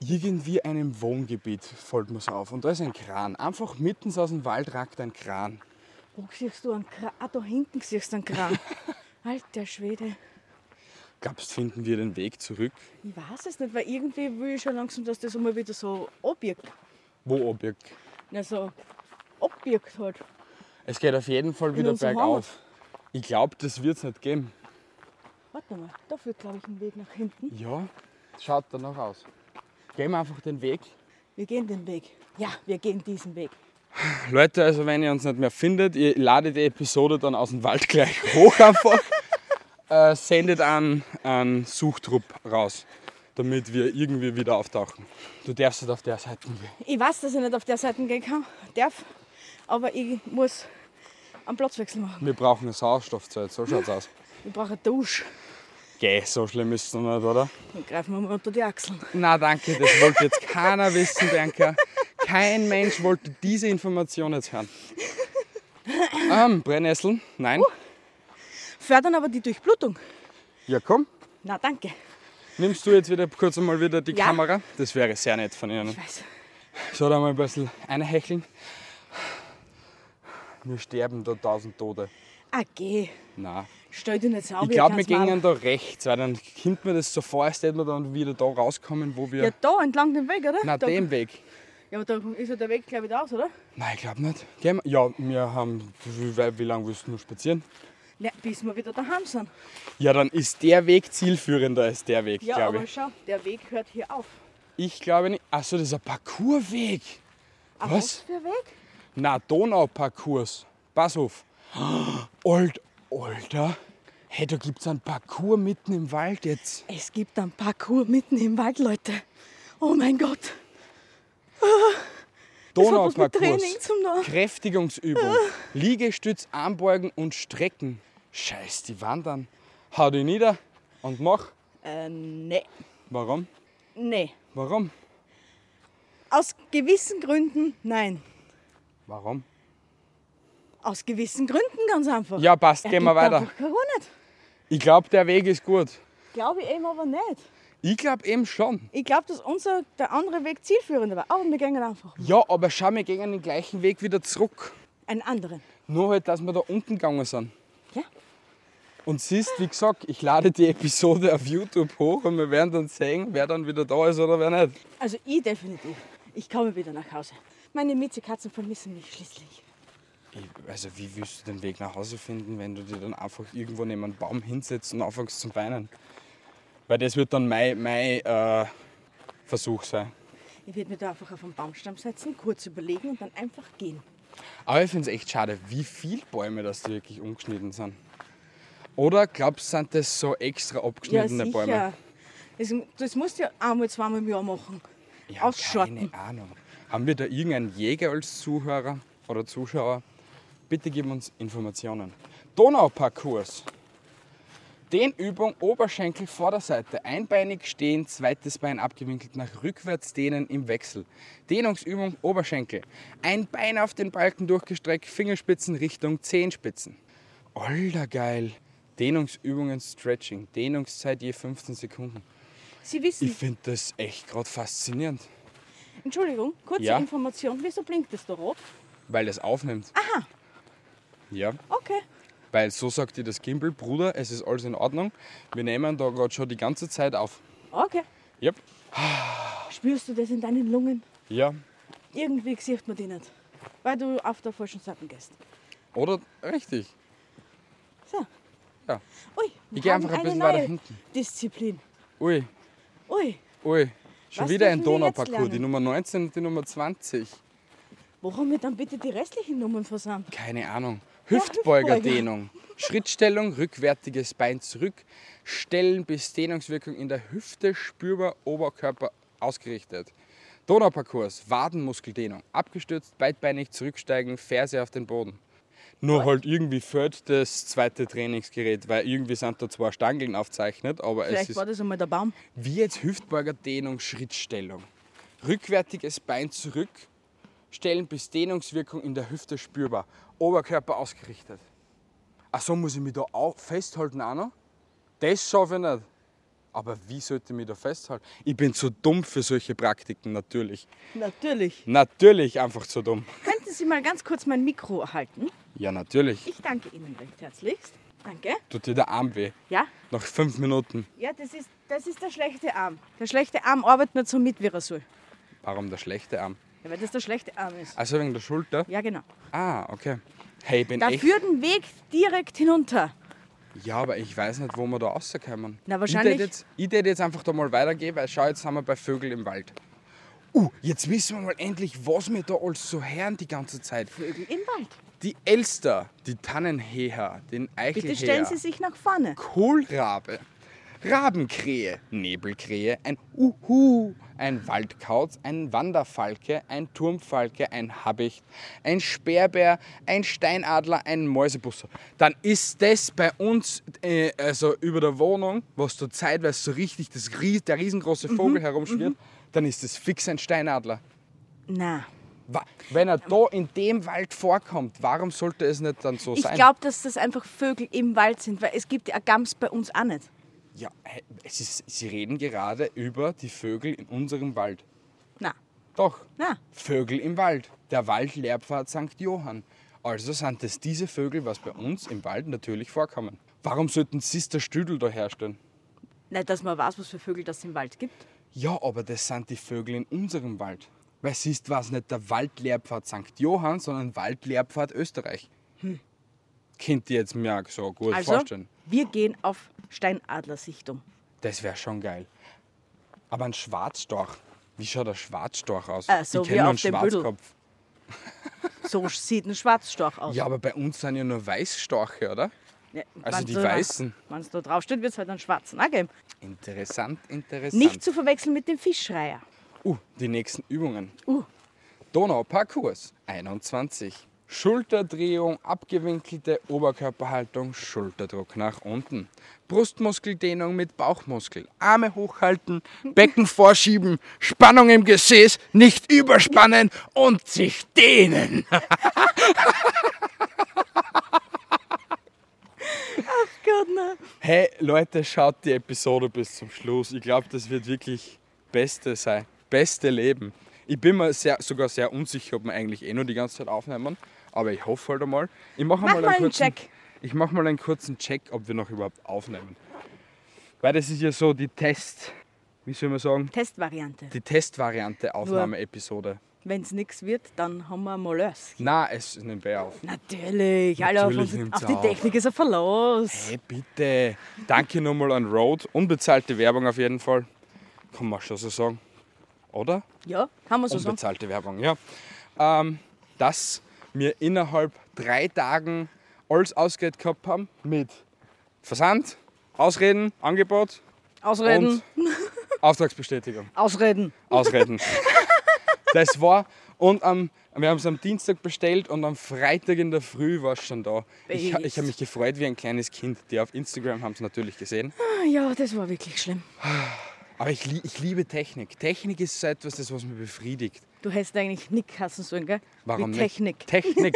Speaker 1: irgendwie einem Wohngebiet, fällt mir so auf. Und da ist ein Kran. Einfach mitten aus dem Wald ragt ein Kran.
Speaker 2: Wo siehst du einen Kran? Ah, da hinten siehst du einen Kran. Alter Schwede.
Speaker 1: Glaubst, finden wir den Weg zurück?
Speaker 2: Ich weiß es nicht, weil irgendwie will ich schon langsam, dass das einmal wieder so abbiegt.
Speaker 1: Wo Objekt?
Speaker 2: Na, so abbiegt halt.
Speaker 1: Es geht auf jeden Fall wieder
Speaker 2: unserem
Speaker 1: bergauf. Ich glaube, das wird es nicht geben.
Speaker 2: Warte mal, da führt, glaube ich, ein Weg nach hinten.
Speaker 1: Ja, schaut danach aus. Gehen wir einfach den Weg.
Speaker 2: Wir gehen den Weg. Ja, wir gehen diesen Weg.
Speaker 1: Leute, also wenn ihr uns nicht mehr findet, ihr ladet die Episode dann aus dem Wald gleich hoch einfach. äh, sendet einen, einen Suchtrupp raus, damit wir irgendwie wieder auftauchen. Du darfst nicht auf der Seite gehen.
Speaker 2: Ich weiß, dass ich nicht auf der Seite gehen kann, darf, aber ich muss einen Platzwechsel machen.
Speaker 1: Wir brauchen eine Sauerstoffzeit, so schaut's aus.
Speaker 2: Ich brauche eine Dusche.
Speaker 1: Geh, so schlimm ist es noch nicht, oder?
Speaker 2: Dann greifen wir mal unter die Achseln.
Speaker 1: Na danke, das wollte jetzt keiner wissen, danke. Kein Mensch wollte diese Information jetzt hören. Ähm, Brennnesseln? Nein?
Speaker 2: Fördern aber die Durchblutung.
Speaker 1: Ja, komm.
Speaker 2: Na, danke.
Speaker 1: Nimmst du jetzt wieder kurz einmal wieder die
Speaker 2: Ja.
Speaker 1: Kamera? Das wäre sehr nett von Ihnen.
Speaker 2: Ich weiß.
Speaker 1: Schau da mal ein bisschen einhecheln. Wir sterben da tausend Tote.
Speaker 2: Ah, geh.
Speaker 1: Na,
Speaker 2: Stell dich nicht so an,
Speaker 1: ich
Speaker 2: wie ein
Speaker 1: glaube, wir
Speaker 2: kleines
Speaker 1: gingen da rechts, weil dann kommt mir das so vor, als hätten wir dann wieder da rauskommen, wo wir.
Speaker 2: Mal. Ja, da entlang den Weg, oder?
Speaker 1: Na,
Speaker 2: da,
Speaker 1: dem Weg.
Speaker 2: Ja, aber da ist ja der Weg gleich wieder aus, oder?
Speaker 1: Nein, ich glaube nicht. Gehen wir. Ja, wir haben. Wie, wie- wie lange willst du nur spazieren?
Speaker 2: Ne, bis wir wieder daheim sind.
Speaker 1: Ja, dann ist der Weg zielführender als der Weg,
Speaker 2: Ja,
Speaker 1: glaube
Speaker 2: aber
Speaker 1: ich.
Speaker 2: schau, der Weg hört hier auf.
Speaker 1: Ich glaube nicht. Achso, das ist ein Parcoursweg.
Speaker 2: Ein
Speaker 1: Was?
Speaker 2: für Weg?
Speaker 1: Na, Donauparcours. Pass auf. Old, Alter. Hey, da gibt's einen Parcours mitten im Wald jetzt.
Speaker 2: Es gibt einen Parcours mitten im Wald, Leute. Oh mein Gott. Das hat was mit Training Ah.
Speaker 1: Donauparcours.
Speaker 2: zum tun.
Speaker 1: Kräftigungsübung. Liegestütz, Armbeugen und Strecken. Scheiß, die wandern. Hau die nieder und mach.
Speaker 2: Äh, nee.
Speaker 1: Warum?
Speaker 2: Nee.
Speaker 1: Warum?
Speaker 2: Aus gewissen Gründen nein.
Speaker 1: Warum? Aus
Speaker 2: gewissen Gründen ganz einfach.
Speaker 1: Ja, passt,
Speaker 2: Er
Speaker 1: gehen wir
Speaker 2: gibt
Speaker 1: weiter.
Speaker 2: Einfach keine Ruhe nicht.
Speaker 1: Ich glaube, der Weg ist gut.
Speaker 2: Glaube ich eben aber nicht.
Speaker 1: Ich glaube eben schon.
Speaker 2: Ich glaube, dass unser, der andere Weg zielführender war. Aber wir gehen einfach
Speaker 1: Ja, aber schau, wir gehen den gleichen Weg wieder zurück.
Speaker 2: einen anderen.
Speaker 1: Nur halt, dass wir da unten gegangen sind.
Speaker 2: Ja.
Speaker 1: Und siehst, wie gesagt, ich lade die Episode auf YouTube hoch und wir werden dann sehen, wer dann wieder da ist oder wer nicht.
Speaker 2: Also ich definitiv. Ich komme wieder nach Hause. Meine Miezekatzen vermissen mich schließlich.
Speaker 1: Ich- Also wie willst du den Weg nach Hause finden, wenn du dich dann einfach irgendwo neben einen Baum hinsetzt und anfängst zu weinen? Weil das wird dann mein, mein äh, Versuch sein.
Speaker 2: Ich werde mir da einfach auf den Baumstamm setzen, kurz überlegen und dann einfach gehen.
Speaker 1: Aber ich finde es echt schade, wie viele Bäume das da wirklich umgeschnitten sind. Oder glaubst du, sind das so extra abgeschnittene Bäume?
Speaker 2: Das, das musst du ja einmal, zweimal im Jahr machen.
Speaker 1: Ja,
Speaker 2: Ausschotten.
Speaker 1: Keine Ahnung. Haben wir da irgendeinen Jäger als Zuhörer oder Zuschauer? Bitte gib uns Informationen. Donauparcours. Dehnübung Oberschenkel Vorderseite, einbeinig stehen, zweites Bein abgewinkelt nach rückwärts dehnen im Wechsel. Dehnungsübung Oberschenkel. Ein Bein auf den Balken durchgestreckt, Fingerspitzen Richtung Zehenspitzen. Alter geil. Dehnungsübungen Stretching, Dehnungszeit je 15 Sekunden.
Speaker 2: Sie
Speaker 1: Ich
Speaker 2: wissen,
Speaker 1: finde das echt gerade faszinierend.
Speaker 2: Entschuldigung, kurze
Speaker 1: Ja?
Speaker 2: Information. Wieso blinkt das da rot?
Speaker 1: Weil das aufnimmt. Aha. Ja,
Speaker 2: Okay.
Speaker 1: weil so sagt dir das Gimbal, Bruder, es ist alles in Ordnung. Wir nehmen da gerade schon die ganze Zeit auf.
Speaker 2: Okay.
Speaker 1: Yep.
Speaker 2: Spürst du das in deinen Lungen?
Speaker 1: Ja.
Speaker 2: Irgendwie sieht man die nicht. Weil du auf der falschen Seite gehst.
Speaker 1: Oder richtig.
Speaker 2: So.
Speaker 1: Ja.
Speaker 2: Ui, wir
Speaker 1: Ich geh
Speaker 2: haben
Speaker 1: einfach ein
Speaker 2: eine
Speaker 1: bisschen
Speaker 2: neue
Speaker 1: weiter hinten.
Speaker 2: Disziplin.
Speaker 1: Ui,
Speaker 2: Ui,
Speaker 1: ui. Schon
Speaker 2: Was
Speaker 1: wieder ein
Speaker 2: dürfen wir jetzt
Speaker 1: Donauparcours, die
Speaker 2: lernen?
Speaker 1: Nummer 19 und die Nummer 20.
Speaker 2: warum wir dann bitte die restlichen Nummern versammelt?
Speaker 1: Keine Ahnung.
Speaker 2: Hüftbeuger.
Speaker 1: Hüftbeugerdehnung. Schrittstellung, rückwärtiges Bein zurück, Stellen bis Dehnungswirkung in der Hüfte spürbar, Oberkörper ausgerichtet. Donauparcours, Wadenmuskeldehnung, abgestützt, beidbeinig zurücksteigen, Ferse auf den Boden. Nur halt irgendwie fällt das zweite Trainingsgerät, weil irgendwie sind da zwei Stangeln aufzeichnet, aber es
Speaker 2: Vielleicht
Speaker 1: ist
Speaker 2: war das einmal der Baum.
Speaker 1: wie jetzt Hüftbeuger Dehnung, Schrittstellung. Rückwärtiges Bein zurück, stellen bis Dehnungswirkung in der Hüfte spürbar. Oberkörper ausgerichtet. Ach so, muss ich mich da auch festhalten auch noch? Das schaffe ich nicht. Aber wie sollte ich mich da festhalten? Ich bin zu dumm für solche Praktiken, natürlich.
Speaker 2: Natürlich.
Speaker 1: Natürlich einfach zu dumm.
Speaker 2: Könnten Sie mal ganz kurz mein Mikro erhalten?
Speaker 1: Ja, natürlich.
Speaker 2: Ich danke Ihnen recht herzlichst. Danke.
Speaker 1: Tut dir der Arm weh.
Speaker 2: Ja,
Speaker 1: Nach fünf Minuten.
Speaker 2: ja das, ist, das ist der schlechte Arm. Der schlechte Arm arbeitet nicht so mit, wie er soll.
Speaker 1: Warum der schlechte Arm?
Speaker 2: Ja, weil das der schlechte Arm ist.
Speaker 1: Also wegen der Schulter?
Speaker 2: Ja, genau.
Speaker 1: Ah, okay. Hey, ich bin echt
Speaker 2: Dafür den Weg direkt hinunter.
Speaker 1: Ja, aber ich weiß nicht, wo wir da rauskommen.
Speaker 2: Na, wahrscheinlich-
Speaker 1: Ich tät jetzt, ich tät jetzt einfach da mal weitergehen, weil schau, jetzt sind wir bei Vögel im Wald. Uh, jetzt wissen wir mal endlich, was wir da alles so hören die ganze Zeit.
Speaker 2: Vögel im Wald.
Speaker 1: Die Elster, die Tannenheher, den Eichelheher.
Speaker 2: Bitte stellen Sie sich nach vorne.
Speaker 1: Kohlrabe, Rabenkrähe, Nebelkrähe, ein Uhu, ein Waldkauz, ein Wanderfalke, ein Turmfalke, ein Habicht, ein Sperrbär, ein Steinadler, ein Mäusebusser. Dann ist das bei uns, äh, also über der Wohnung, was zur Zeit, weil so richtig das, ries- der riesengroße Vogel herumschwirrt, dann ist das fix ein Steinadler.
Speaker 2: Na,
Speaker 1: Wa- Wenn er da in dem Wald vorkommt, warum sollte es nicht dann so
Speaker 2: ich
Speaker 1: sein?
Speaker 2: glaube, dass das einfach Vögel im Wald sind, weil es gibt ja Gams bei uns auch nicht.
Speaker 1: Ja, hä, es ist, Sie reden gerade über die Vögel in unserem Wald.
Speaker 2: Na,
Speaker 1: Doch.
Speaker 2: Na.
Speaker 1: Vögel im Wald. Der Waldlehrpfad St. Johann. Also sind es diese Vögel, was bei uns im Wald natürlich vorkommen. Warum sollten Sister Stüdel da herstellen?
Speaker 2: nicht, dass man weiß, was für Vögel das im Wald gibt.
Speaker 1: Ja, aber das sind die Vögel in unserem Wald. Weil siehst was nicht der Waldlehrpfad St. Johann, sondern Waldlehrpfad Österreich. Könnt ihr jetzt mir auch so gut
Speaker 2: Also,
Speaker 1: vorstellen.
Speaker 2: wir gehen auf Steinadlersichtung.
Speaker 1: Das wäre schon geil. Aber ein Schwarzstorch. Wie schaut der Schwarzstorch aus?
Speaker 2: Äh, so
Speaker 1: ich
Speaker 2: wie
Speaker 1: kenne nur einen
Speaker 2: auf dem Büdel.
Speaker 1: Schwarzkopf.
Speaker 2: So sieht ein Schwarzstorch aus.
Speaker 1: Ja, aber bei uns sind ja nur Weißstorche, oder?
Speaker 2: Ja,
Speaker 1: also
Speaker 2: wenn's
Speaker 1: die
Speaker 2: da-
Speaker 1: Weißen.
Speaker 2: Wenn's da draufsteht, wird es halt einen schwarzen auch geben.
Speaker 1: Interessant, interessant.
Speaker 2: Nicht zu verwechseln mit dem Fischschreier.
Speaker 1: Uh, die nächsten Übungen.
Speaker 2: Uh.
Speaker 1: Donauparcours 21. Schulterdrehung, abgewinkelte Oberkörperhaltung, Schulterdruck nach unten. Brustmuskeldehnung mit Bauchmuskel. Arme hochhalten, Becken vorschieben, Spannung im Gesäß, nicht überspannen und sich dehnen.
Speaker 2: Gott, nein.
Speaker 1: Hey Leute, schaut die Episode bis zum Schluss. Ich glaube, das wird wirklich Beste sein. Beste Leben. Ich bin mir sehr, sogar sehr unsicher, ob wir eigentlich eh nur die ganze Zeit aufnehmen. Aber ich hoffe halt einmal. Ich mache mal
Speaker 2: Mach mal
Speaker 1: einen
Speaker 2: einen
Speaker 1: kurzen
Speaker 2: Check.
Speaker 1: Ich mache mal einen kurzen Check, ob wir noch überhaupt aufnehmen. Weil das ist ja so die Test, wie soll man sagen,
Speaker 2: Testvariante.
Speaker 1: die Testvariante Aufnahmeepisode.
Speaker 2: Wenn es nichts wird, dann haben wir Malheurs.
Speaker 1: Na, es nimmt wer auf.
Speaker 2: Natürlich, alle auf,
Speaker 1: Natürlich
Speaker 2: uns,
Speaker 1: nimmt's
Speaker 2: auf die
Speaker 1: auf.
Speaker 2: Technik ist ein Verlust.
Speaker 1: Hey, bitte. Danke nochmal an Road. Unbezahlte Werbung auf jeden Fall. Kann man schon so sagen. Oder?
Speaker 2: Ja, kann man so sagen.
Speaker 1: Unbezahlte Werbung, ja. Ähm, dass wir innerhalb drei Tagen alles ausgeht gehabt haben mit Versand, Ausreden, Angebot
Speaker 2: Ausreden,
Speaker 1: und Auftragsbestätigung.
Speaker 2: ausreden.
Speaker 1: Ausreden. Das war. Und am, wir haben es am Dienstag bestellt und am Freitag in der Früh war es schon da. Ich, ich habe mich gefreut wie ein kleines Kind. Die auf Instagram haben es natürlich gesehen.
Speaker 2: Ah, Ja, das war wirklich schlimm.
Speaker 1: Aber ich, lie- ich liebe Technik. Technik ist so etwas, das was mich befriedigt.
Speaker 2: Du hättest eigentlich Nick hassen sollen, gell?
Speaker 1: Warum
Speaker 2: Wie Technik.
Speaker 1: nicht? Technik.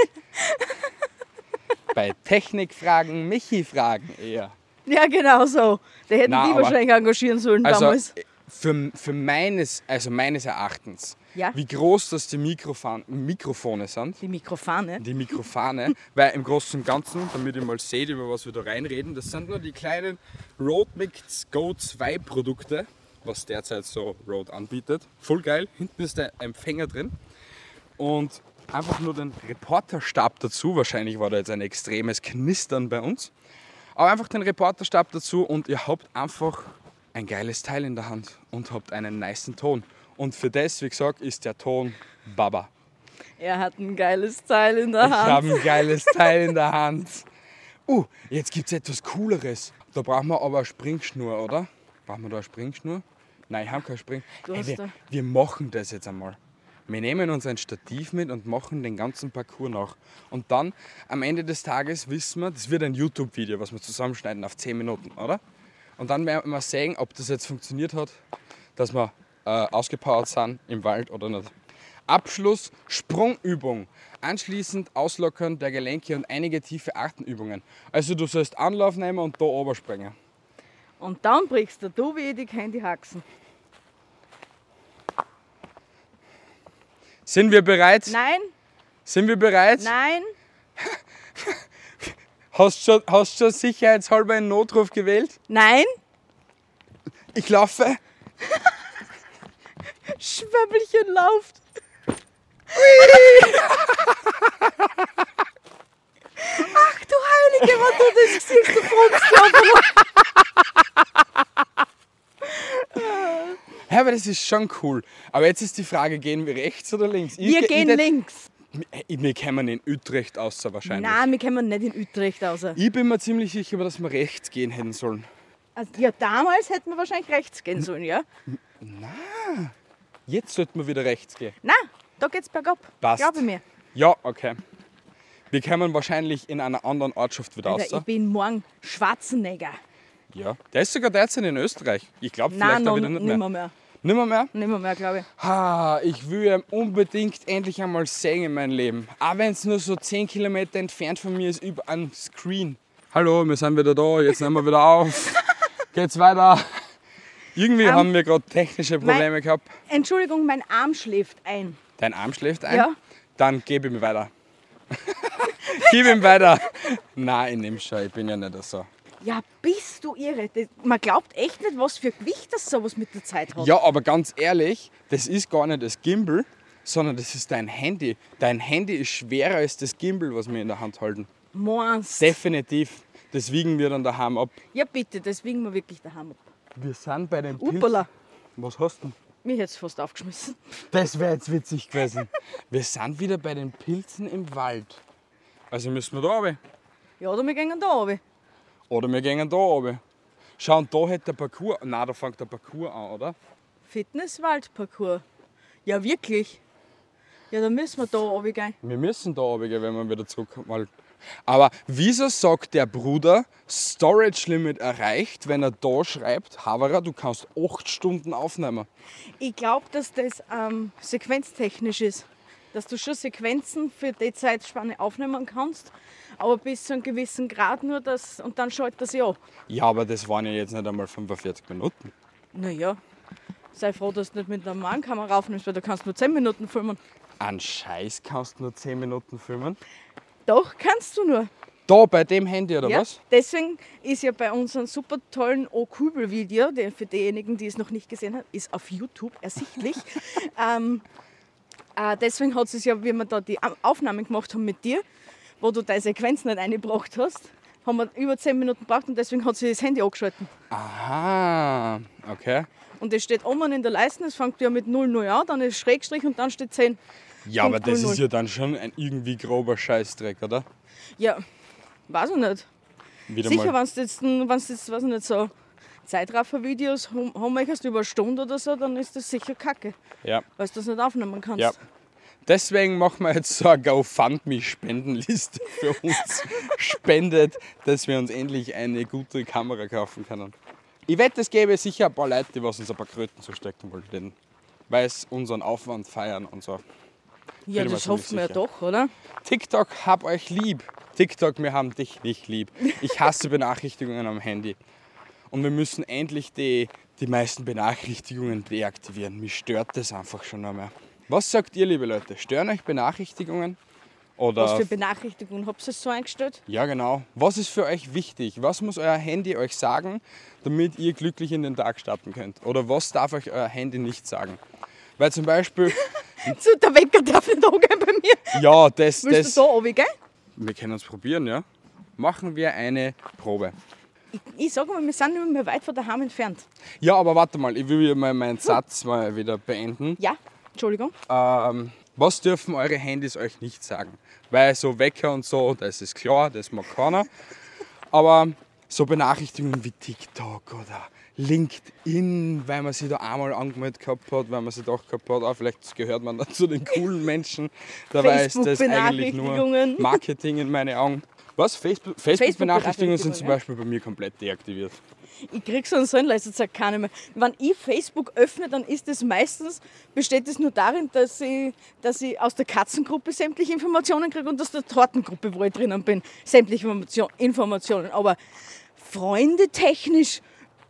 Speaker 1: Bei Technik fragen, Michi fragen eher.
Speaker 2: Ja, genau so. Der hätten
Speaker 1: Na,
Speaker 2: die
Speaker 1: aber-
Speaker 2: wahrscheinlich engagieren sollen
Speaker 1: Also
Speaker 2: damals.
Speaker 1: für, für meines, also meines Erachtens,
Speaker 2: Ja?
Speaker 1: wie groß das die Mikrofon, Mikrofone sind,
Speaker 2: Die Mikrofone.
Speaker 1: die Mikrofone, weil im Großen und Ganzen, damit ihr mal seht, über was wir da reinreden, das sind nur die kleinen Rode Mix Go 2 Produkte, was derzeit so Rode anbietet. Voll geil, hinten ist der Empfänger drin und einfach nur den Reporterstab dazu. Wahrscheinlich war da jetzt ein extremes Knistern bei uns. Aber einfach den Reporterstab dazu und ihr habt einfach ein geiles Teil in der Hand und habt einen nicen Ton. Und für das, wie gesagt, ist der Ton Baba.
Speaker 2: Er hat ein geiles Teil in der
Speaker 1: Ich
Speaker 2: Hand.
Speaker 1: habe ein geiles Teil in der Hand. Uh, jetzt gibt es etwas Cooleres. Da brauchen wir aber eine Springschnur, oder? Brauchen wir da eine Springschnur? Nein, ich habe keine Spring.
Speaker 2: Du
Speaker 1: Hey,
Speaker 2: hast
Speaker 1: wir,
Speaker 2: da-
Speaker 1: wir machen das jetzt einmal. Wir nehmen uns ein Stativ mit und machen den ganzen Parcours nach. Und dann am Ende des Tages wissen wir, das wird ein YouTube-Video, was wir zusammenschneiden auf 10 Minuten, oder? Und dann werden wir sehen, ob das jetzt funktioniert hat, dass wir äh, ausgepowert sind im Wald oder nicht. Abschluss, Sprungübung. Anschließend Auslockern der Gelenke und einige tiefe Achtenübungen. Also du sollst Anlauf nehmen und da oberspringen.
Speaker 2: Und dann brichst du, du wie ich, die Candyhaxen.
Speaker 1: Sind wir bereit?
Speaker 2: Nein,
Speaker 1: Sind wir bereit?
Speaker 2: nein.
Speaker 1: Hast schon, hast schon sicherheitshalber einen Notruf gewählt?
Speaker 2: Nein,
Speaker 1: Ich laufe.
Speaker 2: Schwäbbelchen lauft. Ach du Heilige, was du das siehst, du Brunstlauf.
Speaker 1: Ja, aber das ist schon cool. Aber jetzt ist die Frage, gehen wir rechts oder links? Ich
Speaker 2: Wir
Speaker 1: ge-
Speaker 2: gehen
Speaker 1: ich det-
Speaker 2: links.
Speaker 1: Ich- Wir kämen in Utrecht außer wahrscheinlich.
Speaker 2: Nein, wir kämen nicht in Utrecht raus.
Speaker 1: Ich bin mir ziemlich sicher, dass wir rechts gehen hätten sollen.
Speaker 2: Also, ja, damals hätten wir wahrscheinlich rechts gehen sollen, ja?
Speaker 1: Jetzt sollten wir wieder rechts gehen.
Speaker 2: Nein, da geht's bergab.
Speaker 1: Passt.
Speaker 2: Glaube mir.
Speaker 1: Ja, okay. Wir kämen wahrscheinlich in einer anderen Ortschaft wieder
Speaker 2: Alter,
Speaker 1: raus.
Speaker 2: ich bin morgen Schwarzenegger.
Speaker 1: Ja. Der ist sogar derzeit in Österreich. Ich glaube, vielleicht
Speaker 2: Nein,
Speaker 1: auch wieder
Speaker 2: noch nimmer
Speaker 1: nicht mehr.
Speaker 2: mehr.
Speaker 1: Nimmer
Speaker 2: mehr.
Speaker 1: mehr?
Speaker 2: Nimmer mehr, glaube ich.
Speaker 1: Ha, ich will ihn unbedingt endlich einmal sehen in meinem Leben. Auch wenn es nur so 10 Kilometer entfernt von mir ist, über einen Screen. Hallo, wir sind wieder da, jetzt nehmen wir wieder auf. Geht's weiter.
Speaker 2: Ähm,
Speaker 1: Irgendwie haben wir gerade technische Probleme gehabt.
Speaker 2: Entschuldigung, mein Arm schläft ein.
Speaker 1: Dein Arm schläft ein?
Speaker 2: Ja.
Speaker 1: Dann gebe ihm weiter. Gib ihm weiter. Nein, ich nehme schon, ich bin ja nicht so.
Speaker 2: Ja, bist du irre. Das- Man glaubt echt nicht, was für Gewicht das sowas mit der Zeit hat.
Speaker 1: Ja, aber ganz ehrlich, das ist gar nicht das Gimbal, sondern das ist dein Handy. Dein Handy ist schwerer als das Gimbal, was wir in der Hand halten.
Speaker 2: Meinst du?
Speaker 1: Definitiv. Das wiegen wir dann daheim ab.
Speaker 2: Ja, bitte, das wiegen wir wirklich daheim ab.
Speaker 1: Wir sind bei den Pilzen.
Speaker 2: Uppala,
Speaker 1: Was hast du?
Speaker 2: mich hätt's fast aufgeschmissen.
Speaker 1: Das wäre jetzt witzig gewesen. Wir sind wieder bei den Pilzen im Wald. Also müssen wir da runter.
Speaker 2: Ja, oder wir gehen da runter.
Speaker 1: Oder wir gehen da runter. Schau, und da hätte der Parcours. Nein, da fängt der Parcours an, oder?
Speaker 2: Fitness-Waldparcours. Ja, wirklich. Ja, dann müssen wir da runtergehen.
Speaker 1: Wir müssen da runter, wenn wir wieder zurückkommen. weil- Aber wieso sagt der Bruder Storage Limit erreicht, wenn er da schreibt, Havara, du kannst 8 Stunden aufnehmen?
Speaker 2: Ich glaube, dass das ähm, sequenztechnisch ist. Dass du schon Sequenzen für die Zeitspanne aufnehmen kannst, aber bis zu einem gewissen Grad nur das und dann schaltet das ja.
Speaker 1: Ja, aber das waren ja jetzt nicht einmal 45 Minuten.
Speaker 2: Naja, sei froh, dass du nicht mit einer normalen Kamera aufnimmst, weil du kannst nur 10 Minuten filmen.
Speaker 1: An Scheiß kannst du nur 10 Minuten filmen.
Speaker 2: Doch, kannst du nur.
Speaker 1: Da bei dem Handy oder was?
Speaker 2: Deswegen ist ja bei unserem super tollen O-Kübel-Video, der für diejenigen, die es noch nicht gesehen haben, ist auf YouTube ersichtlich. ähm, äh, deswegen hat es ja, wie wir da die Au- Aufnahmen gemacht haben mit dir, wo du deine Sequenz nicht eingebracht hast, haben wir über 10 Minuten gebraucht und deswegen hat sie das Handy angeschalten.
Speaker 1: Aha, okay.
Speaker 2: Und es steht oben in der Leiste, es fängt ja mit 00 an, dann ist Schrägstrich und dann steht 10.
Speaker 1: Ja, aber das
Speaker 2: 5.00.
Speaker 1: ist ja dann schon ein irgendwie grober Scheißdreck, oder?
Speaker 2: Ja, weiß ich nicht.
Speaker 1: Wieder
Speaker 2: Sicher,
Speaker 1: mal.
Speaker 2: wenn du jetzt, wenn's jetzt weiß ich nicht, so Zeitraffer-Videos home- homemakerst über eine Stunde oder so, dann ist das sicher kacke,
Speaker 1: Ja.
Speaker 2: weil du das nicht aufnehmen kannst.
Speaker 1: Ja. Deswegen machen wir jetzt so eine GoFundMe-Spendenliste für uns. Spendet, dass wir uns endlich eine gute Kamera kaufen können. Ich wette, es gäbe sicher ein paar Leute, die was uns ein paar Kröten zustecken wollten, weil es unseren Aufwand feiern und so.
Speaker 2: Ja,
Speaker 1: Bin ich mir
Speaker 2: das
Speaker 1: ziemlich
Speaker 2: hoffen wir ja
Speaker 1: sicher.
Speaker 2: doch, oder?
Speaker 1: TikTok, hab euch lieb. TikTok, wir haben dich nicht lieb. Ich hasse Benachrichtigungen am Handy. Und wir müssen endlich die, die meisten Benachrichtigungen deaktivieren. Mich stört das einfach schon einmal. Was sagt ihr, liebe Leute? Stören euch Benachrichtigungen? Oder
Speaker 2: Was für Benachrichtigungen habt ihr so eingestellt?
Speaker 1: ja, genau. Was ist für euch wichtig? Was muss euer Handy euch sagen, damit ihr glücklich in den Tag starten könnt? Oder was darf euch euer Handy nicht sagen? Weil zum Beispiel,
Speaker 2: So, der Wecker darf nicht angehen bei mir.
Speaker 1: ja, Hm? das,
Speaker 2: Willst
Speaker 1: das,
Speaker 2: du da runtergehen?
Speaker 1: wir können es probieren, ja? Machen wir eine Probe.
Speaker 2: Ich sage mal, wir sind nicht mehr weit von daheim entfernt.
Speaker 1: Ja, aber warte mal, ich will mal meinen Satz mal wieder beenden.
Speaker 2: Ja, Entschuldigung.
Speaker 1: Ähm, was dürfen eure Handys euch nicht sagen? Weil so Wecker und so, das ist klar, das mag keiner. Aber so Benachrichtigungen wie TikTok oder LinkedIn, weil man sich da einmal angemeldet gehabt hat, weil man sich doch gehabt hat, ah, vielleicht gehört man da zu den coolen Menschen. Dabei ist das eigentlich nur
Speaker 2: Facebook-Benachrichtigungen.
Speaker 1: Marketing in meinen Augen. Was? Facebook- Facebook-Benachrichtigungen sind zum
Speaker 2: Facebook-Benachrichtigungen, ja.
Speaker 1: Beispiel bei mir komplett deaktiviert.
Speaker 2: Ich krieg so einen Sinn, leistet es keine mehr. Wenn ich Facebook öffne, dann ist es meistens, besteht es nur darin, dass ich, dass ich aus der Katzengruppe sämtliche Informationen kriege und aus der Tortengruppe, wo ich drinnen bin, sämtliche Information, Informationen. Aber freundetechnisch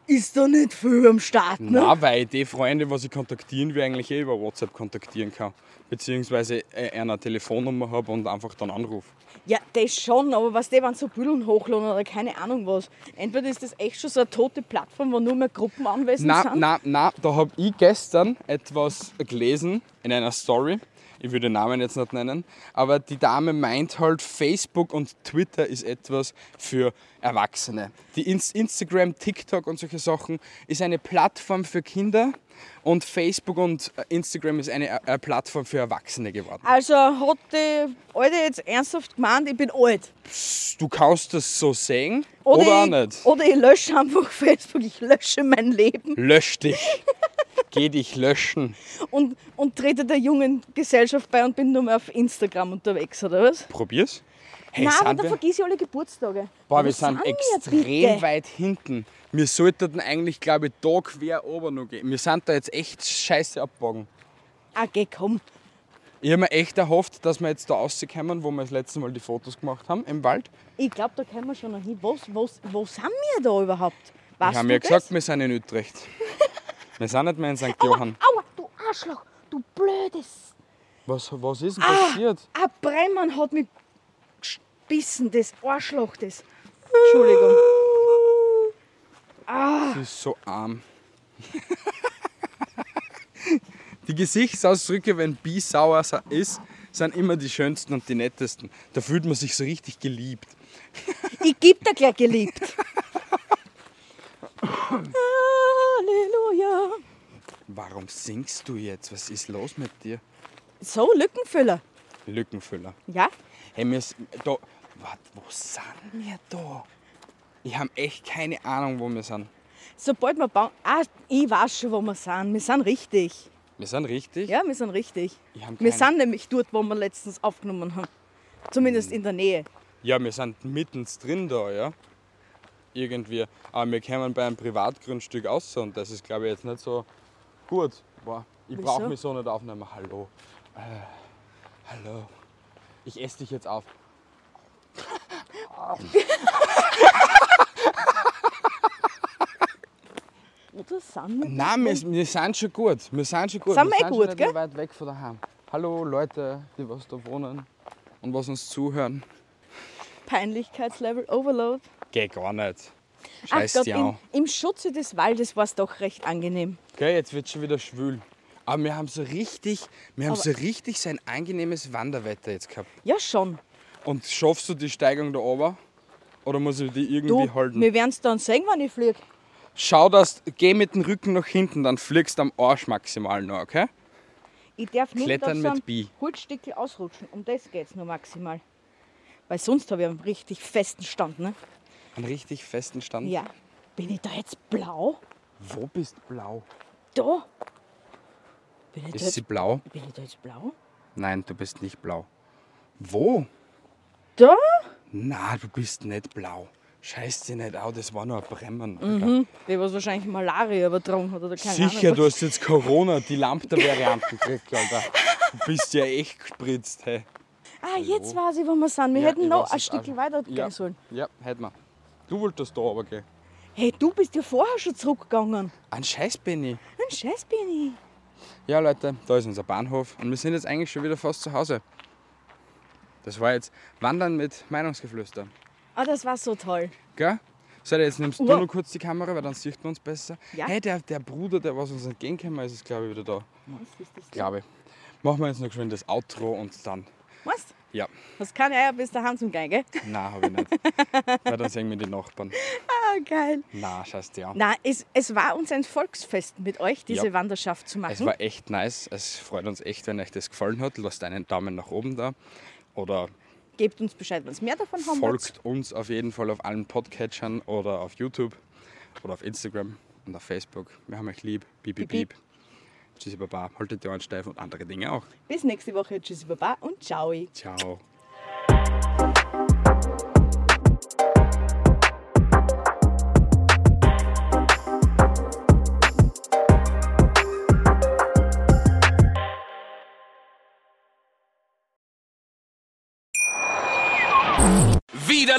Speaker 2: ist da nicht viel am Start. Ne?
Speaker 1: Na, weil die Freunde, was ich kontaktieren will, eigentlich eh über WhatsApp kontaktieren kann. Beziehungsweise äh, einer Telefonnummer habe und einfach dann anrufe.
Speaker 2: Ja, das schon, aber was die waren so Büdeln hochladen oder keine Ahnung was. Entweder ist das echt schon so eine tote Plattform, wo nur mehr Gruppen anwesend
Speaker 1: Na,
Speaker 2: sind.
Speaker 1: na, na, da habe ich gestern etwas gelesen in einer Story. Ich will den Namen jetzt nicht nennen, aber die Dame meint halt, Facebook und Twitter ist etwas für Erwachsene. Die Ins- Instagram, TikTok und solche Sachen ist eine Plattform für Kinder und Facebook und äh, Instagram ist eine äh, Plattform für Erwachsene geworden.
Speaker 2: Also hat die Alte jetzt ernsthaft gemeint, ich bin alt.
Speaker 1: Du kannst das so sehen oder, auch
Speaker 2: Ich,
Speaker 1: nicht.
Speaker 2: oder ich lösche einfach Facebook, ich lösche mein Leben
Speaker 1: Lösch dich. Geh dich löschen.
Speaker 2: und, und trete der jungen Gesellschaft bei und bin nur mehr auf Instagram unterwegs, oder was?
Speaker 1: Probier's. Hey,
Speaker 2: Nein, aber
Speaker 1: sind
Speaker 2: da
Speaker 1: wir,
Speaker 2: vergiss ich alle Geburtstage.
Speaker 1: boah,
Speaker 2: Wo
Speaker 1: wir sind
Speaker 2: bitte?
Speaker 1: extrem weit hinten. Wir sollten eigentlich, glaube ich, da quer oben noch gehen. Wir sind da jetzt echt scheiße abgebogen.
Speaker 2: Ah, geh, komm.
Speaker 1: Ich habe mir echt erhofft, dass wir jetzt da rauskommen, wo wir das letzte Mal die Fotos gemacht haben im Wald.
Speaker 2: Ich glaube, da können wir schon noch hin. Was, was, wo sind wir da überhaupt?
Speaker 1: Wir
Speaker 2: Weißt
Speaker 1: haben
Speaker 2: du
Speaker 1: ja
Speaker 2: das?
Speaker 1: gesagt, wir sind in Utrecht. wir sind nicht mehr in St. Johann.
Speaker 2: Aua, du Arschloch, du blödes.
Speaker 1: Was, was ist
Speaker 2: Ah.
Speaker 1: denn passiert?
Speaker 2: Ein Breimann hat mich gebissen, das Arschloch, das. Entschuldigung.
Speaker 1: Sie ist so arm. die Gesichtsausdrücke, wenn Bi sauer sa- ist, sind immer die schönsten und die nettesten. Da fühlt man sich so richtig geliebt.
Speaker 2: Ich geb dir gleich geliebt. Halleluja.
Speaker 1: Warum singst du jetzt? Was ist los mit dir?
Speaker 2: So, Lückenfüller.
Speaker 1: Lückenfüller.
Speaker 2: Ja?
Speaker 1: Hey, mir ist, da, wart, wo sind wir da? Ich habe echt keine Ahnung, wo wir sind.
Speaker 2: Sobald wir bauen. Ah, ich weiß schon, wo wir sind. Wir sind richtig.
Speaker 1: Wir sind richtig.
Speaker 2: Ja, wir sind richtig.
Speaker 1: Ich hab
Speaker 2: Wir
Speaker 1: keine-
Speaker 2: sind nämlich dort, wo wir letztens aufgenommen haben. Zumindest in der Nähe.
Speaker 1: Ja, wir sind mittendrin da, ja. Irgendwie. Aber wir kämen bei einem Privatgrundstück aus und das ist, glaube ich, jetzt nicht so gut. Boah, ich
Speaker 2: Wieso?
Speaker 1: brauche mich so nicht aufnehmen. Hallo. Äh, hallo. Ich esse dich jetzt auf.
Speaker 2: Oder sind wir?
Speaker 1: Nein, wir, wir sind schon gut. Wir sind schon gut.
Speaker 2: Hm. Sind wir eh
Speaker 1: schon
Speaker 2: gut,
Speaker 1: nicht mehr
Speaker 2: gell?
Speaker 1: weit weg von daheim. Hallo Leute, die was da wohnen und was uns zuhören.
Speaker 2: Peinlichkeitslevel Overload.
Speaker 1: Geh gar nicht.
Speaker 2: Ach
Speaker 1: Scheiß
Speaker 2: Gott,
Speaker 1: dir
Speaker 2: im,
Speaker 1: an.
Speaker 2: im Schutze des Waldes war es doch recht angenehm.
Speaker 1: Gell, jetzt wird schon wieder schwül. Aber wir haben so richtig, wir haben
Speaker 2: Aber-
Speaker 1: so richtig so ein angenehmes Wanderwetter jetzt gehabt.
Speaker 2: Ja, schon.
Speaker 1: Und schaffst du die Steigung da oben? Oder muss ich die irgendwie
Speaker 2: Du,
Speaker 1: halten?
Speaker 2: wir werden es dann sehen, wenn ich fliege.
Speaker 1: Schau, dass geh mit dem Rücken nach hinten, dann fliegst du am Arsch maximal noch, okay?
Speaker 2: Ich darf nur
Speaker 1: Klettern
Speaker 2: auf so
Speaker 1: mit Bi.
Speaker 2: einen Holzstickel ausrutschen. Um das geht es nur maximal. Weil sonst habe ich einen richtig festen Stand, ne?
Speaker 1: Einen richtig festen Stand.
Speaker 2: Ja. Bin ich da jetzt blau?
Speaker 1: Wo bist blau?
Speaker 2: Da? Bin ich, da
Speaker 1: Ist
Speaker 2: jetzt,
Speaker 1: sie blau?
Speaker 2: bin ich da jetzt blau?
Speaker 1: Nein, du bist nicht blau. Wo?
Speaker 2: Da?
Speaker 1: Na, du bist nicht blau. Scheiß dich nicht an, das war nur ein Bremmen. Alter.
Speaker 2: Der was wahrscheinlich Malaria übertragen hat oder keine
Speaker 1: Sicher,
Speaker 2: Ahnung.
Speaker 1: du hast jetzt Corona, die Lambda-Varianten gekriegt, Alter. Du bist ja echt gespritzt, hey.
Speaker 2: Ah, jetzt weiß ich, wo wir sind. Wir
Speaker 1: Ja,
Speaker 2: hätten
Speaker 1: ich
Speaker 2: noch
Speaker 1: weiß
Speaker 2: ein
Speaker 1: es
Speaker 2: Stückchen
Speaker 1: auch.
Speaker 2: weiter
Speaker 1: ja.
Speaker 2: gehen sollen.
Speaker 1: Ja, hätten wir. Du wolltest da aber gehen.
Speaker 2: Hey, du bist ja vorher schon zurückgegangen.
Speaker 1: Ein Scheiß, Benny.
Speaker 2: Ein Scheiß bin ich.
Speaker 1: Ja, Leute, da ist unser Bahnhof und wir sind jetzt eigentlich schon wieder fast zu Hause. Das war jetzt Wandern mit Meinungsgeflüster.
Speaker 2: Ah, das war so toll.
Speaker 1: Gell? So, jetzt nimmst du
Speaker 2: Wow.
Speaker 1: nur kurz die Kamera, weil dann sieht man uns besser.
Speaker 2: Ja.
Speaker 1: Hey, der, der Bruder, der was uns entgegengekommen ist, ist glaube ich wieder da.
Speaker 2: Was ist das?
Speaker 1: Glaube ich. Machen wir jetzt noch schön das Outro und dann.
Speaker 2: Was?
Speaker 1: Ja,
Speaker 2: Hast keine Eier bis daheim zum Geigen?
Speaker 1: nein, habe ich nicht. weil dann sehen wir die Nachbarn.
Speaker 2: Ah, geil.
Speaker 1: Na, scheiß dir an.
Speaker 2: Na, es, es war uns ein Volksfest, mit euch diese
Speaker 1: Ja.
Speaker 2: Wanderschaft zu
Speaker 1: Es
Speaker 2: machen.
Speaker 1: war echt nice. Es freut uns echt, wenn euch das gefallen hat. Lasst einen Daumen nach oben da. Oder
Speaker 2: Gebt uns Bescheid, wenn ihr mehr davon haben wollt.
Speaker 1: folgt uns auf jeden Fall auf allen Podcatchern oder auf YouTube oder auf Instagram und auf Facebook. Wir haben euch lieb. Piep, piep,
Speaker 2: Piep,
Speaker 1: piep. Tschüssi, Baba. Haltet die Ohren steif und andere Dinge auch.
Speaker 2: Bis nächste Woche. Tschüssi, Baba und ciao.
Speaker 1: Ciao.
Speaker 3: Wieder